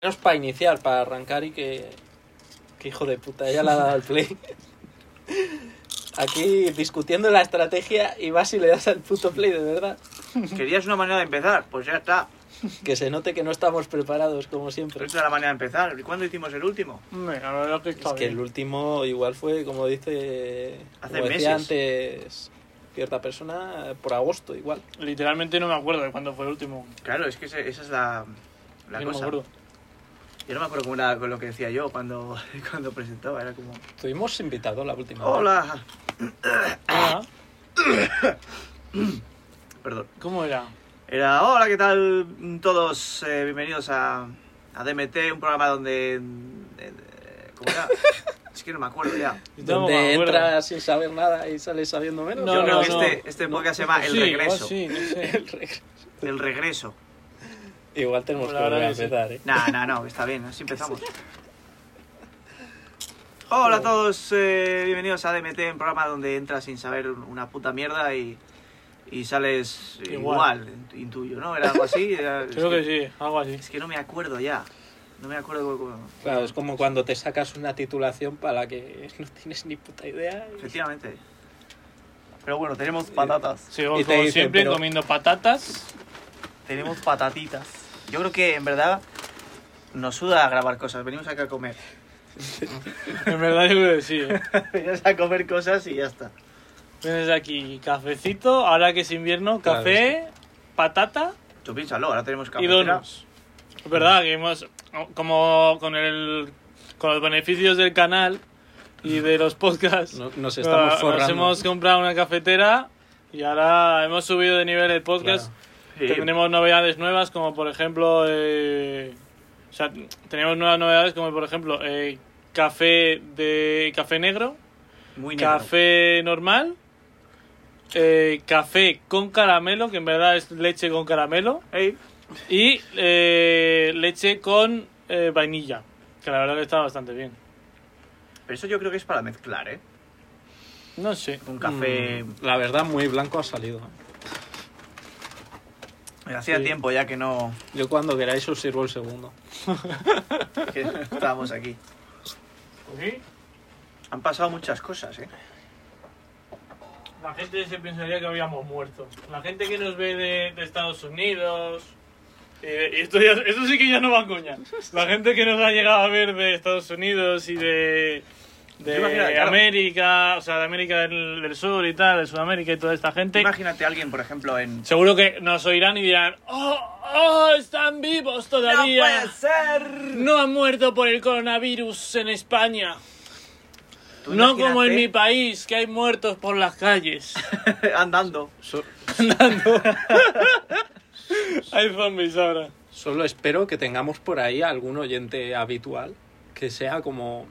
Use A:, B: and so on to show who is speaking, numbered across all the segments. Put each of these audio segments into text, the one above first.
A: menos para iniciar, para arrancar y que. Que hijo de puta, ella le ha dado al play. Aquí discutiendo la estrategia y vas y le das al puto play, de verdad.
B: ¿Querías una manera de empezar? Pues ya está.
A: Que se note que no estamos preparados, como siempre.
B: Esta es la manera de empezar. ¿Y cuándo hicimos el último?
C: Hombre, la verdad que está
A: Es que el
C: bien.
A: último igual fue, como dice.
B: Hace
A: como decía
B: meses.
A: antes cierta persona, por agosto igual.
C: Literalmente no me acuerdo de cuándo fue el último.
B: Claro, es que ese- esa es la, la
C: Yo no me
B: cosa.
C: acuerdo.
B: yo no me acuerdo cómo era con lo que decía yo cuando, cuando presentaba. Era como...
A: Tuvimos invitado la última vez.
B: ¡Hola!
C: Ah,
B: Perdón.
C: ¿Cómo era?
B: Era, hola, ¿qué tal todos? Eh, bienvenidos a, a DMT, un programa donde... eh, eh, ¿Cómo era? es que no me acuerdo ya.
C: No
A: Donde
C: me acuerdo.
A: entras sin saber nada y sales sabiendo menos.
C: No,
B: Yo creo
C: no,
B: que
C: no. Pues
B: este, este podcast se llama El
C: Sí, igual
B: Regreso.
C: sí, no sé.
A: El regreso.
B: El Regreso.
A: Igual tenemos que
C: La verdad
A: volver a
C: que sí.
A: empezar, ¿eh?
B: No, no, no, está bien, así empezamos. Hola a todos, eh, bienvenidos a DMT, un programa donde entras sin saber una puta mierda y, y sales igual.
C: Igual.
B: intuyo, ¿no? Era algo así. era- es,
C: Creo
B: que,
C: que sí, algo así.
B: es que no me acuerdo ya. No me acuerdo. cómo-
A: Claro, es como cuando te sacas una titulación para la que no tienes ni puta idea. y-
B: Efectivamente. Eh, Pero bueno, tenemos patatas.
C: Sigo
A: Y te
C: como
A: dicen,
C: siempre
A: pero-
C: comiendo patatas.
B: Tenemos patatitas. Yo creo que en verdad nos suda grabar cosas. Venimos acá a comer.
C: En verdad yo creo que sí. ¿eh?
B: Venimos a comer cosas y ya está.
C: Tienes aquí cafecito, ahora que es invierno,
A: Claro,
C: café, patata
B: Tú piénsalo, ahora tenemos
C: y
B: cafetera.
C: donuts. Es verdad que hemos, como con, el, con los beneficios del canal y de los podcasts,
A: No- nos estamos
C: ah,
A: forrando.
C: hemos comprado una cafetera y ahora hemos subido de nivel el podcast.
A: Claro.
B: Sí.
C: Tendremos novedades nuevas, como por ejemplo. eh, o sea, tenemos nuevas novedades, como por ejemplo eh, café de café negro,
B: Muy negro.
C: café normal, eh, café con caramelo, que en verdad es leche con caramelo,
B: Ey,
C: y eh, leche con eh, vainilla, que la verdad que está bastante bien.
B: Pero eso yo creo que es para mezclar, ¿eh?
C: No sé.
B: Un café...
A: Mm, La verdad, muy blanco ha salido.
B: Hacía
C: Sí.
B: tiempo ya que no...
A: Yo cuando queráis os sirvo el segundo.
B: que no estábamos aquí. Han pasado muchas cosas, ¿eh?
C: La gente se pensaría que habíamos muerto. La gente que nos ve de, de Estados Unidos. eh, y esto, ya, esto sí que ya no va coña. La gente que nos ha llegado a ver de Estados Unidos y de. de
B: Yo imagino, claro.
C: América, o sea, de América del, del Sur y tal, de Sudamérica y toda esta gente.
B: Imagínate a alguien, por ejemplo, en...
C: Seguro que nos oirán y dirán: ¡Oh, oh! ¡Están vivos todavía!
B: ser!
C: No han muerto por el coronavirus en España.
B: Tú
C: No como en mi
B: imagínate
C: país, que hay muertos por las calles.
B: Andando.
A: So-
C: hay zombies ahora.
A: solo espero que tengamos por ahí algún oyente habitual que sea como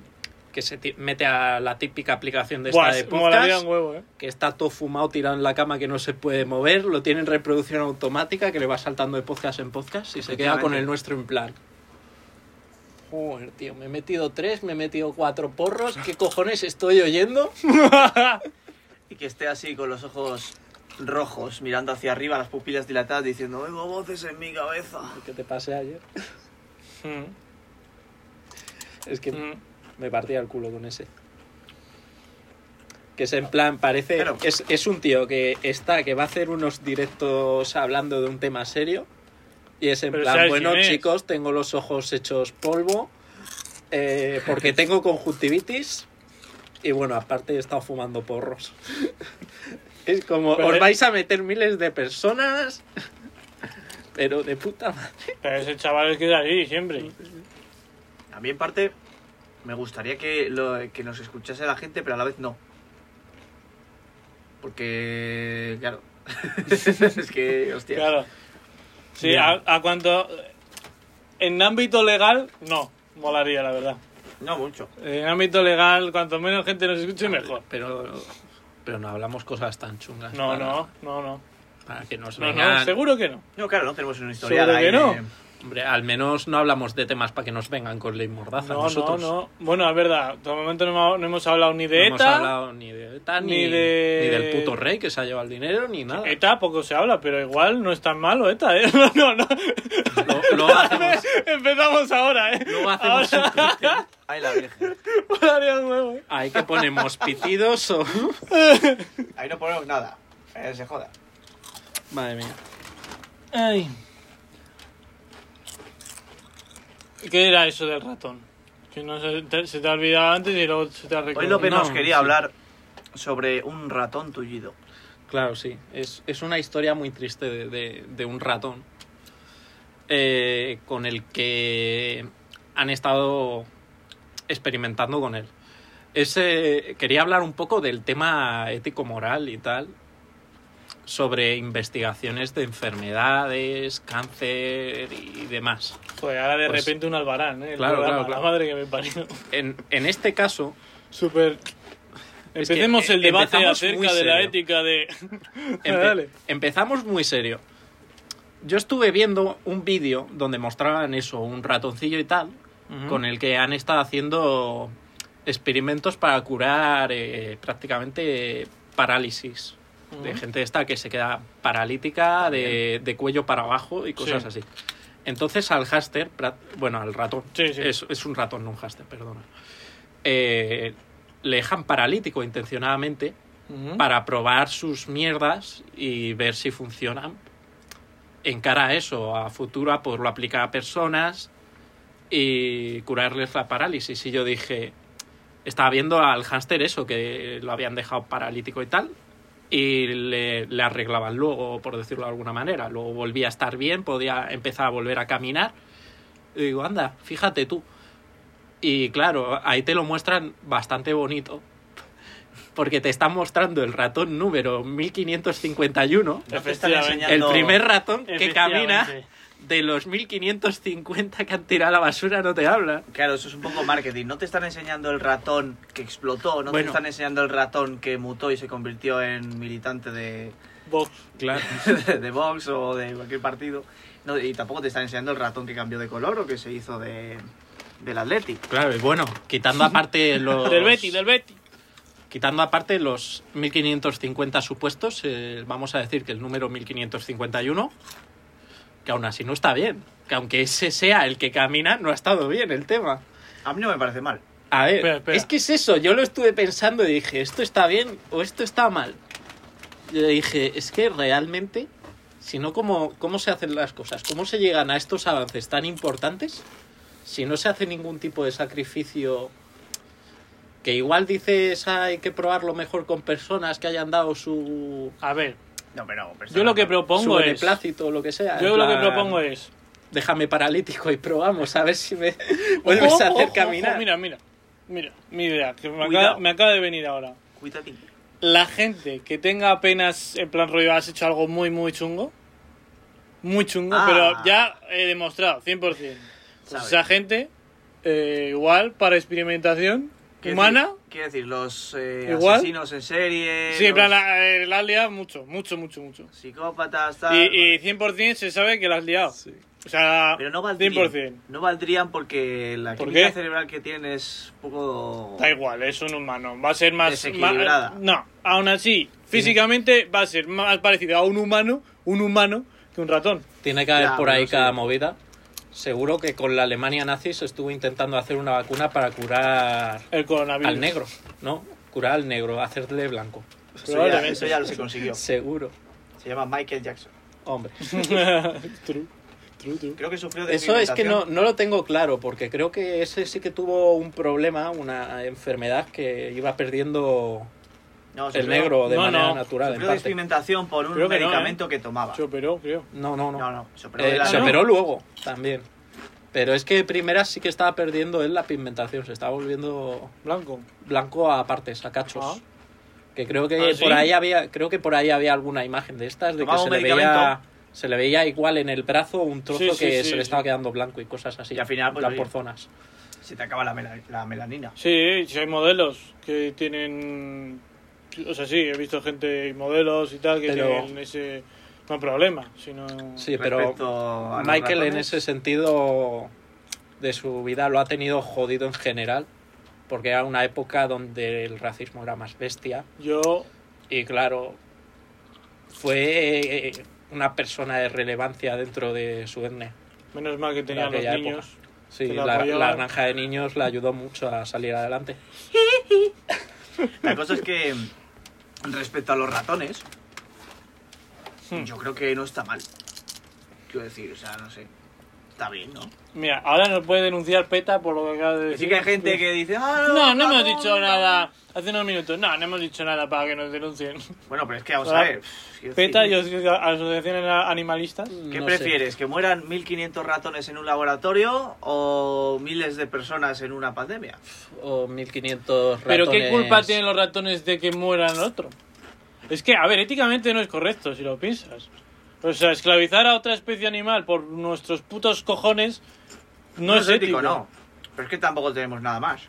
A: que se ti- mete a la típica aplicación de esta
C: Buah,
A: de
C: molaría
A: podcast,
C: un huevo, ¿eh?
A: que está todo fumado tirado en la cama que no se puede mover, lo tiene en reproducción automática que le va saltando de podcast en podcast y se queda con el nuestro en plan. Joder, tío, me he metido tres, me he metido cuatro porros, ¿qué cojones estoy oyendo?
B: Y que esté así con los ojos rojos, mirando hacia arriba, las pupilas dilatadas, diciendo Oigo voces en mi cabeza.
A: ¿Qué te pasé ayer? Mm, Es
C: Mm.
A: que me partía el culo con ese. Que es en plan, parece.
B: Pero-
A: Es, es un tío que está, que va a hacer unos directos hablando de un tema serio. Y es en
C: Pero
A: plan,
C: ¿sabes
A: bueno,
C: quién es?
A: chicos, tengo los ojos hechos polvo. eh, porque tengo conjuntivitis. Y bueno, aparte he estado fumando porros. es como,
C: Pero
A: os
C: es-
A: vais a meter miles de personas. Pero de puta madre.
C: Pero ese chaval es que es así siempre.
B: A mí, en parte, me gustaría que, lo- que nos escuchase la gente, pero a la vez no. Porque, claro. es que, hostia.
C: Claro. Sí,
A: Bien.
C: a, a cuanto. En ámbito legal, no. Molaría, la verdad.
B: No mucho.
C: En ámbito legal, cuanto menos gente nos escuche, mejor.
A: Pero, pero no hablamos cosas tan chungas.
C: No,
A: para-
C: no, no, no.
A: Para que nos
C: No,
A: vengan-
C: no, seguro que no.
B: No, claro, no tenemos una historia
C: Seguro que
B: ahí.
C: no.
B: de-
A: Hombre, al menos no hablamos de temas para que nos vengan con ley mordaza.
C: No, no,
A: nosotros.
C: no. Bueno, es verdad. De momento no hemos- no hemos hablado ni
A: No
C: de
A: hemos
C: ETA.
A: hablado ni de ETA, ni,
C: ni de- Eh,
A: ni del puto rey que se ha llevado el dinero, ni nada.
C: ETA poco se habla, pero igual no es tan malo ETA, ¿eh? No, no, no.
A: Lo- Luego hacemos,
C: Empezamos ahora, ¿eh?
A: luego hacemos un cruce.
B: Ay, la virgen.
C: Horario nuevo.
A: Ahí que ponemos pitidos o...
B: Ahí no ponemos nada. Eh, se joda.
A: Madre mía.
C: Ay. ¿Qué era eso del ratón? Que no se te, se te ha olvidado antes y luego se te ha
B: Hoy
C: recordado.
B: López
A: No,
B: nos quería
A: sí.
B: hablar sobre un ratón tullido.
A: Claro, sí. Es, es una historia muy triste de, de- de un ratón eh, con el que han estado experimentando con él. Ese, quería hablar un poco del tema ético-moral y tal, sobre investigaciones de enfermedades, cáncer y demás.
C: Joder, ahora de
A: Pues-
C: repente un albarán, ¿eh? El
A: Claro,
C: programa,
A: claro, claro.
C: La madre que me parió.
A: En, en este caso,
C: Súper.
A: Es que,
C: Empecemos
A: eh,
C: el debate
A: empezamos muy
C: acerca de la
A: serio.
C: ética de.
A: Empe-
C: Dale.
A: Empezamos muy serio. Yo estuve viendo un vídeo donde mostraban eso, un ratoncillo y tal,
C: Mm.
A: con el que han estado haciendo experimentos para curar eh, prácticamente parálisis. De
C: Ujú.
A: gente esta que se queda paralítica, de, de cuello para abajo y cosas
C: Sí.
A: así. Entonces al hámster, pra- bueno, al ratón,
C: Sí, sí.
A: Es, es un ratón, no un hámster, perdona, eh, le dejan paralítico intencionadamente
C: Ujú.
A: para probar sus mierdas y ver si funcionan. En cara a eso, a futura, pues lo aplica a personas y curarles la parálisis. Y yo dije, estaba viendo al hámster eso, que lo habían dejado paralítico y tal, y le, le arreglaban luego, por decirlo de alguna manera. Luego volvía a estar bien, podía empezar a volver a caminar. Y digo, anda, fíjate tú. Y claro, ahí te lo muestran bastante bonito, porque te están mostrando el ratón número 1551,
B: No te están
C: Efectivamente.
A: el
B: enseñando-
A: primer ratón que
C: Efectivamente.
A: camina de los 1550 que han tirado a la basura, no te habla.
B: Claro, eso es un poco marketing. No te están enseñando el ratón que explotó, no
A: Bueno.
B: te están enseñando el ratón que mutó y se convirtió en militante de,
C: Vox.
A: Claro.
B: de Vox o de cualquier partido. No, y tampoco te están enseñando el ratón que cambió de color o que se hizo de, del Atleti.
A: Claro, y bueno, quitando aparte los...
C: Del Betty, del Betty.
A: Quitando aparte los 1550 supuestos, eh, vamos a decir que el número 1551, que aún así no está bien. Que aunque ese sea el que camina, no ha estado bien el tema.
B: A mí no me parece mal.
A: A ver,
C: Espera, espera.
A: es que es eso. Yo lo estuve pensando y dije, ¿esto está bien o esto está mal? Yo dije, es que realmente, si no, ¿cómo, ¿cómo se hacen las cosas? ¿Cómo se llegan a estos avances tan importantes si no se hace ningún tipo de sacrificio? Que igual dices, hay que probarlo mejor con personas que hayan dado su,
C: A ver,
B: No, pero, pero-
A: Pues
C: yo lo que
A: su
C: propongo es.
A: beneplácito o lo que sea.
C: Yo
A: en
C: lo que
A: plan,
C: propongo es.
A: Déjame paralítico y probamos a ver si me vuelves a
C: Ojo,
A: hacer
C: ojo,
A: caminar.
C: ojo, mira, mira. Mira, mi idea, que me acaba,
B: Cuidado.
C: me acaba de venir ahora.
B: Cuídate.
C: La gente que tenga apenas, en plan rollo, has hecho algo muy, muy chungo. Muy chungo,
B: Ah.
C: pero ya he demostrado, 100%. Pues
B: Sabe.
C: esa gente, eh, igual, para experimentación
B: Quiero
C: humana.
B: decir- Quiero decir, los eh,
C: Igual.
B: asesinos en serie.
C: Sí, en plan,
B: los
C: la, eh, la has liado mucho, mucho, mucho, mucho.
B: Psicópatas, tal.
C: Y, y 100% se sabe que la has liado. O sea,
B: Pero no valdrían.
C: 100%.
B: No valdrían porque la
C: ¿Por
B: química
C: qué?
B: cerebral que tienen es un poco.
C: Da igual, es un humano. Va a ser más.
B: Desequilibrada.
C: ma- no, aún así, físicamente va a ser más parecido a un humano, un humano, que un ratón.
A: Tiene que haber
B: Ya,
A: por
B: bueno,
A: ahí
B: sí.
A: cada movida. Seguro que con la Alemania nazi se estuvo intentando hacer una vacuna para curar
C: El coronavirus.
A: al negro, ¿no? Curar al negro, hacerle blanco.
B: Eso ya,
C: Probablemente.
B: eso ya lo se consiguió.
A: Seguro.
B: Se llama Michael Jackson.
A: Hombre,
C: true, true, true.
B: Creo que sufrió de
A: eso es que no, no lo tengo claro, porque creo que ese sí que tuvo un problema, una enfermedad que iba perdiendo el
B: No, Ah, sufrió-
A: negro de
C: No,
A: manera
C: no.
A: natural. en
B: Sufrió de
A: parte.
B: experimentación por un
C: Creo que no,
B: medicamento que tomaba.
C: Se operó, creo.
A: No, ¿eh? no, no.
B: No, no, se operó
A: Eh,
B: de la-
A: se
C: ¿no?
A: operó luego también. Pero es que primera sí que estaba perdiendo él la pigmentación, se estaba volviendo
C: Blanco.
A: blanco a partes, a cachos.
C: Ah.
A: Que creo que
C: ¿Ah, sí?
A: por ahí había, creo que por ahí había alguna imagen de estas de
B: Tomaba
A: que se
B: un
A: le veía
B: medicamento.
A: se le veía igual en el brazo un trozo
C: Sí, sí,
A: que
C: sí,
A: se
C: sí.
A: le estaba quedando blanco y cosas así.
B: Y al final,
A: en
B: pues,
A: plan
B: oye.
A: por zonas.
B: Se te acaba la, mela- la melanina.
C: Sí, sí, hay modelos que tienen. O sea, sí, he visto gente, modelos y tal, que
A: Pero-
C: tienen ese. No problema, sino...
A: Sí, pero
B: Respecto a los
A: Michael en
B: ratones.
A: ese sentido de su vida lo ha tenido jodido en general, porque era una época donde el racismo era más bestia
C: Yo
A: y claro, fue eh, una persona de relevancia dentro de su etnia.
C: Menos mal que tenía los
A: aquella época.
C: niños.
A: Sí,
C: Que la
A: la,
C: apoyaba.
A: la granja de niños la ayudó mucho a salir adelante.
B: La cosa es que mm, respecto a los ratones,
C: Hmm.
B: yo creo que no está mal. Quiero decir, o sea, no sé. Está bien, ¿no?
C: Mira, ahora nos puede denunciar PETA por lo que acaba de decir. pues,
B: Sí que hay gente que dice, "Ah,
C: No, no hemos
B: ratón".
C: dicho nada. Hace unos minutos. No, no hemos dicho nada para que nos denuncien.
B: Bueno, pero es que vamos a
C: Ahora,
B: ver. pff, quiero
C: PETA y
B: decir,
C: aso- asociaciones animalistas.
B: ¿Qué
A: No sé.
B: prefieres? ¿Que mueran 15500 ratones en un laboratorio o miles de personas en una pandemia?
A: O 1500 ratones.
C: Pero ¿qué culpa tienen los ratones de que mueran otro? Es que, a ver, éticamente no es correcto si lo piensas. O sea, esclavizar a otra especie animal por nuestros putos cojones no, es ético.
B: no. Pero es que tampoco tenemos nada más.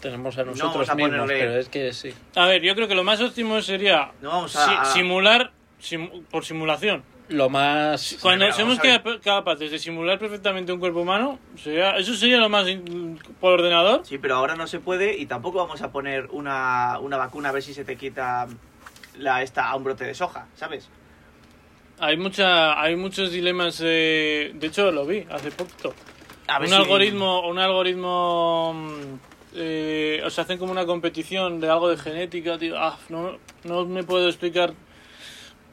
A: Tenemos a
B: No
A: nosotros
B: vamos a
A: mismos,
B: ponerle-
A: pero es que sí.
C: A ver, yo creo que lo más óptimo sería
B: No vamos a-
C: si-
B: a-
C: simular simu- por simulación.
A: Lo más.
C: Cuando
B: pero
C: seamos
B: vamos a ver.
C: capa- capaces de simular perfectamente un cuerpo humano, sería, eso sería lo más in- por ordenador.
B: Sí, pero ahora no se puede y tampoco vamos a poner una, una vacuna a ver si se te quita la esta a un brote de soja, ¿sabes?
C: Hay mucha, hay muchos dilemas. eh, de hecho, lo vi hace poco.
B: A
C: un
B: ver si-
C: algoritmo, un algoritmo, mm, eh, o sea, hacen como una competición de algo de genética. Tío. Ah, no, no me puedo explicar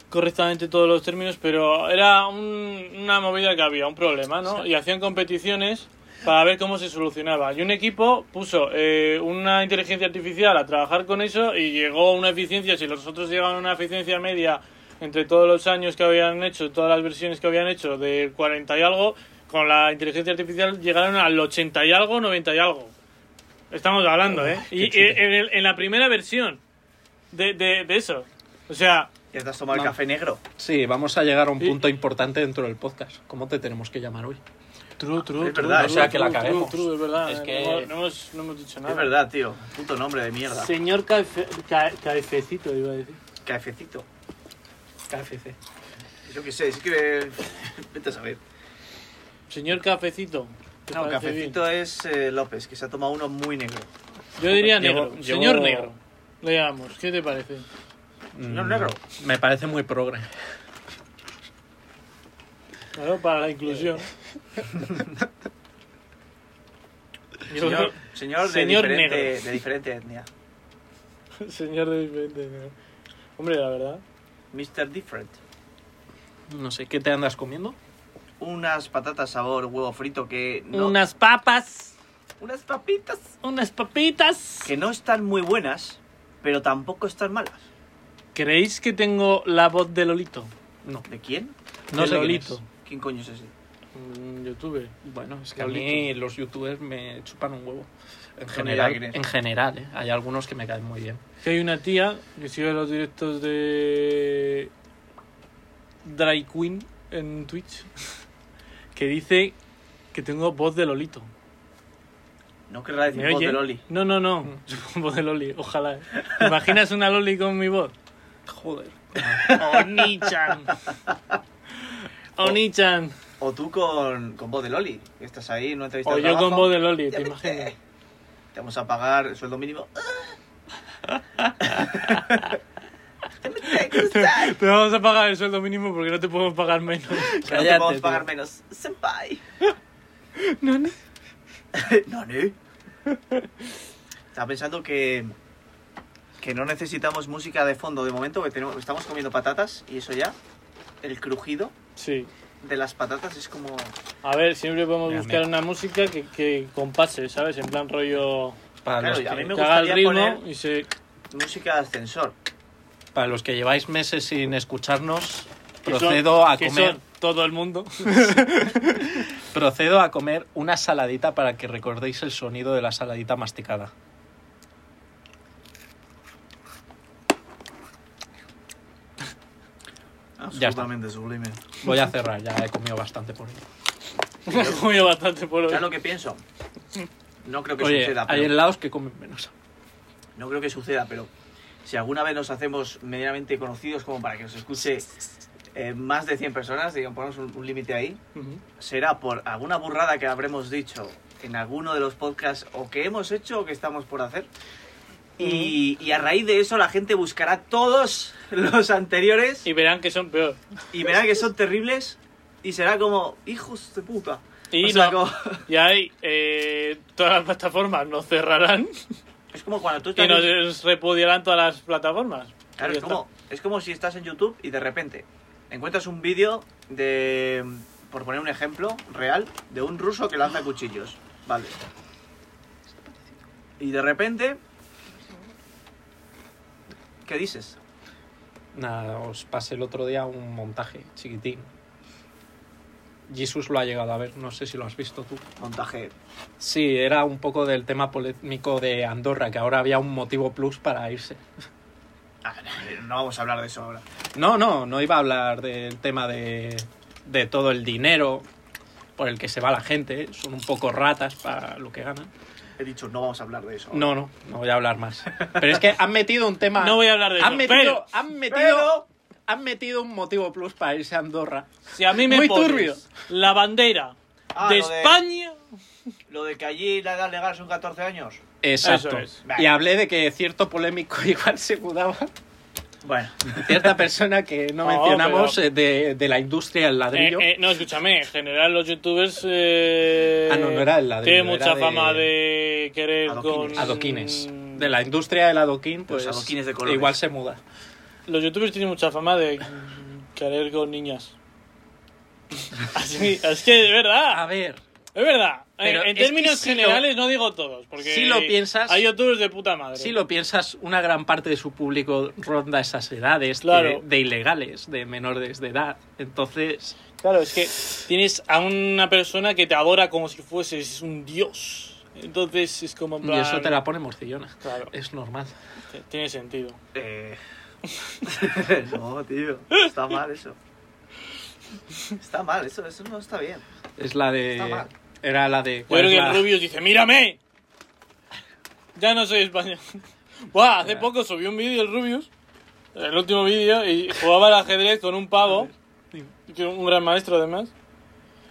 C: correctamente todos los términos, pero era un- una movida que había, un problema, ¿no? Y hacían competiciones para ver cómo se solucionaba. Y un equipo puso eh, una inteligencia artificial a trabajar con eso y llegó a una eficiencia, si los otros llegaban a una eficiencia media entre todos los años que habían hecho, todas las versiones que habían hecho de 40 y algo, con la inteligencia artificial llegaron al 80 y algo, 90 y algo. Estamos hablando, ¿eh?
A: qué
C: Y
A: chulo.
C: eh, en, el- en la primera versión de, de, de eso. O sea,
B: Ya te has tomado el
A: No.
B: café negro.
A: Sí, vamos a llegar a un
C: Y-
A: punto importante dentro del podcast. ¿Cómo te tenemos que llamar hoy?
C: True, true,
B: Es verdad,
C: true,
B: o sea,
C: true,
A: que la
C: true,
A: caguemos.
C: true, es verdad.
A: Es
C: eh,
A: que-
C: no, no hemos, no hemos dicho nada.
B: Es verdad, tío. Puto nombre de mierda.
C: Señor Caefecito, iba a decir.
B: Cafecito.
A: KFC.
B: Yo qué sé, es que. Vete a saber.
C: Señor Cafecito. ¿te
B: No,
C: parece
B: cafecito es eh, López, que se ha tomado uno muy negro.
C: bien? Yo diría
A: Llevo-
C: negro.
A: llevo-
C: Señor negro. Le llamamos. ¿Qué te parece?
B: Mm. No es negro.
A: Me parece muy progre.
C: Claro, para la inclusión.
B: Señor, señor,
C: Señor
B: de, diferente,
C: negro.
B: de diferente etnia.
C: Señor de diferente. negro. Hombre, la verdad.
B: Mr. Different.
A: No sé, ¿qué te andas comiendo?
B: Unas patatas sabor huevo frito que no.
C: Unas papas,
B: Unas papitas.
C: unas papitas.
B: Que no están muy buenas, pero tampoco están malas.
C: ¿Creéis que tengo la voz de Lolito?
A: No,
B: ¿De quién?
A: no
C: de
A: sé quién
C: Lolito. Mm,
B: ¿Quién coño es ese?
C: Un youtuber.
A: es. Bueno, es que a
C: Lolito.
A: mí los youtubers me chupan un huevo. En
B: quién
A: general,
B: es.
A: en general, ¿eh? hay algunos que me caen muy bien.
C: Que hay una tía que sigue los directos de Dry Queen en Twitch que dice que tengo voz de Lolito.
B: No querrá decir
C: ¿Me
B: voz
C: oye?
B: de Loli. Mm.
C: No, no, no. Voz de Loli, ojalá. ¿Te imaginas una Loli con mi voz?
A: Joder.
C: Oni-chan.
B: Oh.
C: Oni-chan.
B: O tú con, con voz de Loli. que Estás ahí en una entrevista
C: O
B: de
C: yo con
B: trabajo.
C: voz de Loli,
B: Ya
C: ¿te
B: vete.
C: imaginas?
B: Te vamos a pagar el sueldo mínimo. Te metes a cruzar.
C: Te vamos a pagar el sueldo mínimo porque no te podemos pagar menos.
B: Que no te
A: Cállate,
B: podemos
A: tío.
B: pagar menos. Senpai.
C: No, no.
B: no, no. Estaba pensando que, que no necesitamos música de fondo de momento, que tenemos, estamos comiendo patatas y eso ya. El crujido
C: Sí.
B: de las patatas es como.
C: A ver, siempre podemos
A: Mira,
C: buscar
A: mira.
C: una música que, que compase, ¿sabes? En plan rollo...
A: Para,
B: Claro,
A: los
B: a mí
A: que,
B: me
C: que haga el
B: gustaría
C: ritmo
B: poner-
C: y se...
B: Música de ascensor.
A: para los que lleváis meses sin escucharnos,
C: que son-
A: procedo a
C: que
A: comer
C: son todo el mundo.
A: procedo a comer una saladita para que recordéis el sonido de la saladita masticada. está.
B: Absolutamente sublime.
A: Voy a cerrar, ya he comido bastante por hoy.
C: He comido bastante por hoy.
B: Ya lo que pienso. No creo que
A: Oye,
B: suceda.
A: hay
B: pero-
A: helados que comen menos.
B: No creo que suceda, pero si alguna vez nos hacemos medianamente conocidos como para que nos escuche eh, más de 100 personas, digamos, ponemos un, un límite ahí, será por alguna burrada que habremos dicho en alguno de los podcasts o que hemos hecho o que estamos por hacer. Y, y a raíz de eso la gente buscará todos los anteriores
C: Y verán que son peor.
B: y verá que son terribles y será como, hijos de puta.
C: Y
B: O sea,
C: no-
B: como-
C: Y ahí eh, todas las plataformas nos cerrarán
B: es como cuando tú
C: y
B: estás... en-
C: nos repudiarán todas las plataformas.
B: Claro,
C: Y
B: es
C: ya
B: como, es como si estás en YouTube y de repente encuentras un vídeo de, por poner un ejemplo real, de un ruso que lanza cuchillos. Vale. Y de repente... ¿Qué dices?
A: Nada, os pasé el otro día un montaje chiquitín. Jesus lo ha llegado a ver, no sé si lo has visto tú.
B: Montaje.
A: Sí, era un poco del tema polémico de Andorra, que ahora había un motivo plus para irse.
B: Ah, No vamos a hablar de eso ahora.
A: No, no, no iba a hablar del tema de, de todo el dinero por el que se va la gente. Son un poco ratas para lo que ganan.
B: He dicho, no vamos a hablar de eso. ahora.
A: No, no, no voy a hablar más. Pero es que han metido un tema...
C: está. No voy a hablar de eso.
A: han metido,
C: pero
A: han metido,
B: Pero-
A: han metido un motivo plus para irse a Andorra.
C: si a mí me
A: Muy
C: pones
A: turbio.
C: la bandera
B: Ah,
C: de
B: lo de-
C: España,
B: Lo de que allí la edad legal son 14 años.
A: Exacto.
C: Eso
B: es.
A: Y hablé de que cierto polémico igual se mudaba.
B: Bueno.
A: Cierta persona que no
C: No,
A: mencionamos
C: Oh, pero-
A: eh, de, de la industria del ladrillo.
C: Eh, eh, no, escúchame, en general los youtubers. eh,
A: Ah, no, no era el ladrillo,
C: Tienen mucha
A: era de-
C: fama de querer
B: Adoquines.
C: con.
A: Adoquines.
C: mm.
A: De la industria del adoquín, pues
B: adoquines de colores.
A: igual se muda.
C: Los youtubers tienen mucha fama de querer con niñas. Así, es que es
A: A
C: verdad,
A: ver,
C: es verdad. En-
A: Pero
C: en
A: es que
C: términos
A: si lo-
C: generales no digo todos, porque
A: si lo piensas-
C: hay youtubers de puta madre.
A: si lo piensas, una gran parte de su público ronda esas edades de-
C: Claro.
A: de, ilegales, de menores de edad. Entonces,
C: Claro, es que tienes a una persona que te adora como si fueses un dios. Entonces es como en
A: y
C: plan-
A: eso te la pone morcillona.
C: Claro,
A: Es normal.
C: t- tiene sentido.
B: Eh, no, tío. Está mal eso. Está mal, eso, eso no está bien.
A: Es la
B: Está
A: de...
B: mal.
A: Era la de...
C: Yo creo
A: es
C: que
A: la-
C: el Rubius dice, ¡mírame! Ya no soy español. Buah, hace
A: Ya.
C: poco subió un vídeo el Rubius, el último vídeo, y jugaba al ajedrez con un pavo, que un gran maestro además.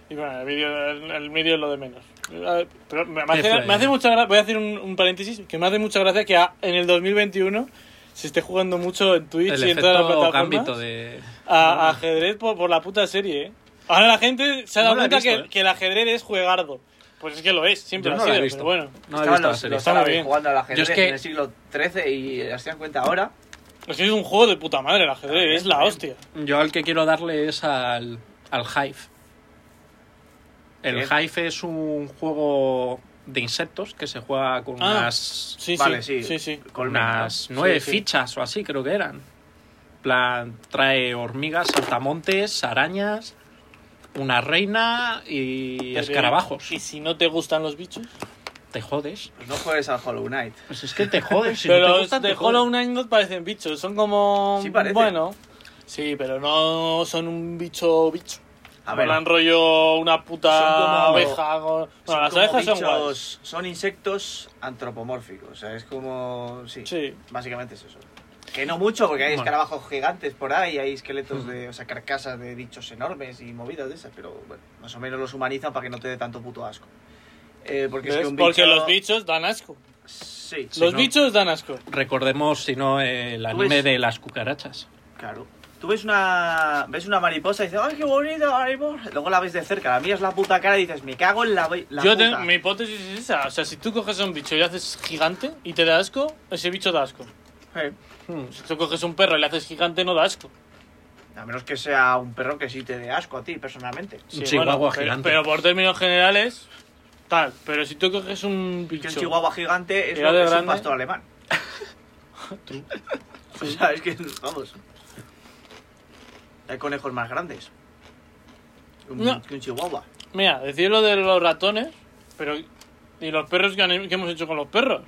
C: Y bueno, el vídeo el- el vídeo es lo de menos. Eh, Pero me, me
A: Qué
C: hace,
A: fue.
C: me hace mucha gracia, voy a hacer un, un paréntesis, que me hace mucha gracia que a- en el 2021 se esté jugando mucho en Twitch
A: el
C: y en todas las
A: efecto
C: plataformas
A: gambito de...
C: a, a ajedrez por, por la puta serie, ¿eh? Ahora la gente se ha dado
A: No la he
C: cuenta
A: visto,
C: que,
A: eh.
C: que el ajedrez es juegardo. Pues es que lo es, siempre
A: Yo no
C: lo ha
A: la he
C: sido,
A: visto.
C: pero bueno.
A: No he
B: Estaban
A: visto la
B: los,
A: serie.
B: los
C: Está muy
B: árabes
C: bien.
B: jugando al ajedrez
A: es que-
B: en el siglo XIII y eh, se dan cuenta ahora.
C: Es que es un juego de puta madre el
A: Ah,
C: ajedrez,
B: Está bien,
C: es la
B: está
C: hostia.
A: Yo al que quiero darle es al, al Hive. El
B: ¿Qué?
A: Hive es un juego de insectos que se juega con
C: Ah.
A: unas,
C: Sí,
B: vale,
C: sí,
B: sí.
C: sí, sí.
A: con
B: colmena.
A: unas nueve
C: sí.
A: fichas o así, creo que eran. En plan, trae hormigas, saltamontes, arañas, una reina y
C: Pero-
A: escarabajos.
C: ¿Y si no te gustan los bichos?
A: Te jodes.
B: Pues no juegues al Hollow Knight.
A: Pues es que te jodes. Si
C: pero
A: no te
C: los
A: gustan,
C: de
A: te jodes.
C: Hollow Knight no parecen bichos, son como...
B: Sí parece.
C: Bueno, sí, pero no son un bicho bicho.
B: A
C: A
B: ver,
C: rollo una
B: Son
C: puta
B: como-
C: oveja. con- Bueno, las
B: como
C: abejas son
B: bichos-
C: guays.
B: son insectos antropomórficos. O sea, es como. Sí,
C: Sí.
B: Básicamente es eso. Que no mucho, porque hay
A: Bueno.
B: escarabajos gigantes por ahí, hay esqueletos de. O sea, carcasas de bichos enormes y movidas de esas, pero bueno, más o menos los humanizan para que no te dé tanto puto asco. Eh, porque es que
C: ¿Ves?
B: un bicho.
C: Porque los bichos dan asco.
B: Sí,
A: Sí,
C: los
A: no.
C: bichos dan asco.
A: Recordemos, si no, el anime
C: Pues-
B: ves?
A: de las cucarachas.
B: Claro. Tú ves una, ves una mariposa y dices, ¡ay, qué bonita mariposa! Luego la ves de cerca, la miras la puta cara y dices, me cago en la, la
C: Yo
B: puta.
C: tengo- mi hipótesis es esa. O sea, si tú coges a un bicho y le haces gigante y te da asco, ese bicho da asco.
B: Eh,
C: Si tú coges un perro y le haces gigante, no da asco.
B: A menos que sea un perro que sí te dé asco a ti, personalmente.
A: Un chihuahua
C: pero-
A: gigante.
C: Pero, por términos generales, tal. Pero si tú coges un
B: Que
C: bicho...
B: un chihuahua gigante es,
C: Era
B: lo
C: de
B: que es un
C: grande.
B: pastor alemán. o sea, es que, vamos. Hay conejos más grandes. Un-
C: No.
B: Que un chihuahua.
C: Mira, decir lo de los ratones, pero... ¿Y los perros que, han- que hemos hecho con los perros?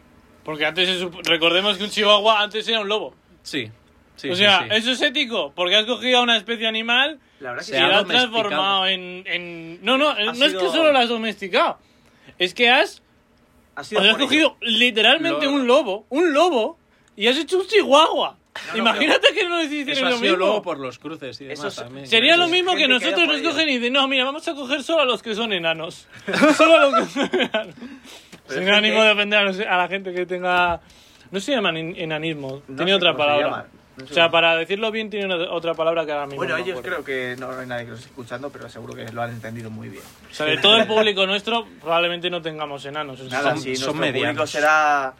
C: Porque antes, se sup- recordemos que un chihuahua antes era un lobo.
A: Sí. sí,
C: o
A: sí,
C: sea,
A: sí.
C: eso es ético, porque has cogido a una especie animal
B: La verdad que
A: Se
C: y
A: ha
C: la has
A: domesticado.
C: transformado en, en- No, no, no es que
B: sido-
C: solo la has domesticado. Es que has,
B: ha sido
C: has
B: por ello.
C: cogido literalmente
A: Lo-
C: un lobo, un lobo, y has hecho un chihuahua.
B: no,
C: Imagínate que no les hicieran
A: Eso ha
C: lo
A: sido
C: mismo.
A: luego por los cruces y demás
B: Eso es-
A: también.
C: Sería
B: Eso
C: lo
B: es
C: mismo que
B: gente que haya
C: nosotros nos
B: podido.
C: cogen y dicen, no, mira, vamos a coger solo a los que son enanos. Solo a los que son enanos.
B: Pero
C: Sin
B: es
C: ánimo
B: gente-
C: de ofender a, los- a la gente que tenga... No se llaman en- enanismo,
B: No
C: tiene
B: sé
C: otra
B: cómo se llama.
C: palabra.
B: No sé
C: o sea,
B: cómo-
C: para decirlo bien tiene una- otra palabra que ahora mismo
B: Bueno,
C: no me
B: ellos
C: acuerdo.
B: creo que no, no hay nadie que los esté escuchando, pero seguro que lo han entendido muy bien.
C: O sea, de todo el público nuestro probablemente no tengamos enanos. Eso
B: Nada,
A: Son-
B: sí,
A: son
B: nuestro público
A: medianos.
B: será.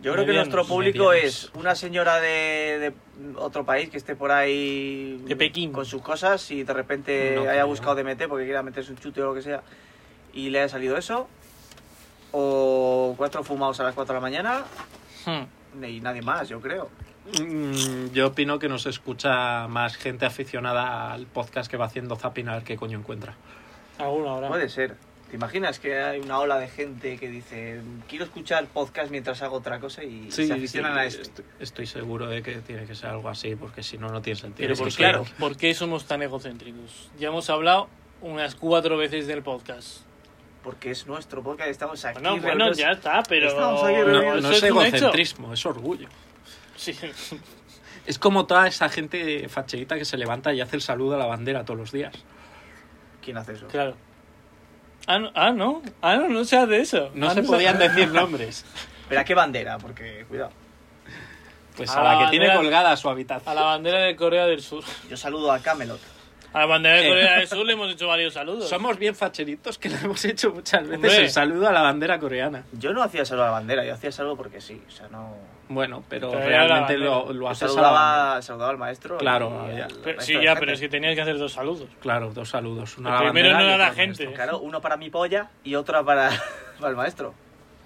B: Yo creo que
C: Medianos,
B: nuestro público
A: medianos.
B: es una señora de, de otro país que esté por ahí
C: De Pekín.
B: con sus cosas y de repente
A: No
B: haya
A: creo.
B: buscado de meter porque quiera meterse un chute o lo que sea y le haya salido eso. O cuatro fumados a las 4 de la mañana
C: Hmm.
B: y nadie más, yo creo.
A: Mm, Yo opino que nos escucha más gente aficionada al podcast que va haciendo zapping a ver qué coño encuentra.
C: Alguno habrá.
B: Puede ser. ¿Te imaginas que hay una ola de gente que dice quiero escuchar podcast mientras hago otra cosa y se aficionan a esto?
A: est- Estoy seguro de que tiene que ser algo así, porque si no, no tiene sentido.
C: Pero
A: Es
C: por,
A: que,
C: claro, ¿por qué somos tan egocéntricos? Ya hemos hablado unas cuatro veces del podcast.
B: Porque es nuestro podcast, estamos aquí.
C: Bueno, bueno,
B: reunidos.
C: ya está, pero...
B: Estamos aquí
A: No,
B: reunidos.
C: eso
A: no es
C: un hecho.
A: egocentrismo, es orgullo.
C: Sí.
A: Es como toda esa gente facherita que se levanta y hace el saludo a la bandera todos los días.
B: ¿Quién hace eso?
C: Claro. Ah, no, ah, no, ah, no, no sea de eso.
A: No
C: Ah,
A: se
C: sea-
A: podían decir nombres.
B: ¿Pero a qué bandera? Porque, cuidado.
A: Pues
C: A
A: a, la,
C: la
A: que tiene
C: bandera-
A: colgada su habitación.
C: A la bandera de Corea del Sur.
B: Yo saludo a Camelot.
C: A la bandera de
A: Eh.
C: Corea del Sur le hemos hecho varios saludos.
A: Somos bien facheritos que le hemos hecho muchas veces
C: Hombre.
A: el saludo a la bandera coreana.
B: Yo no hacía saludo a la bandera, yo hacía saludo porque sí. O sea, no.
A: Bueno, pero
C: Pero era la
A: realmente
C: bandera.
A: lo, lo
B: Yo
A: haces a la bandera.
B: saludaba, saludaba al maestro.
A: Claro,
B: y
A: ya.
B: al
C: Pero-
B: resto
C: sí,
B: de
C: ya,
B: gente.
C: pero es que tenías que hacer dos saludos.
A: Claro, dos saludos. Una
C: El
A: a la
C: primero
A: bandera
C: no
A: y
C: era la
A: otro a
C: gente.
A: esto.
B: Claro, uno para mi polla y otra para, para el maestro.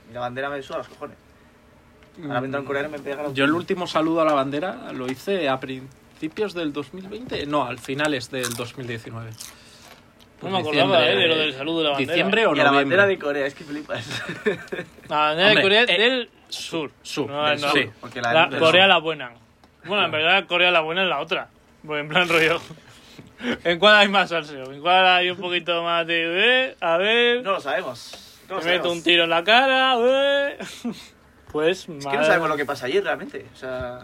B: Y la bandera me suda los cojones. Ahora vendrá un coreano y me pega los-
A: Mm. Yo el último saludo a la bandera lo hice a principios del 2020. No, al finales del 2019.
C: No
A: Pues
C: me acordaba,
A: diciembre,
C: eh, de lo del saludo de la bandera.
A: ¿Diciembre o
B: Y a la
A: noviembre?
B: bandera de Corea, es que flipas.
C: La
A: Hombre,
C: bandera de Corea
A: eh,
C: del Sur.
A: Sur,
C: No,
A: del
C: Ah, no.
A: sur.
B: Porque la,
C: La,
B: del
C: Corea
B: sur.
C: la buena. Bueno, en verdad Corea la buena es la otra. Pues en plan rollo. ¿En cuál hay más salseo? ¿En cuál hay un poquito más de... eh, a ver...
B: No lo sabemos. No lo
C: me meto
B: sabemos.
C: un tiro en la cara... eh. Pues...
B: Es que no sabemos lo que pasa allí realmente. O sea.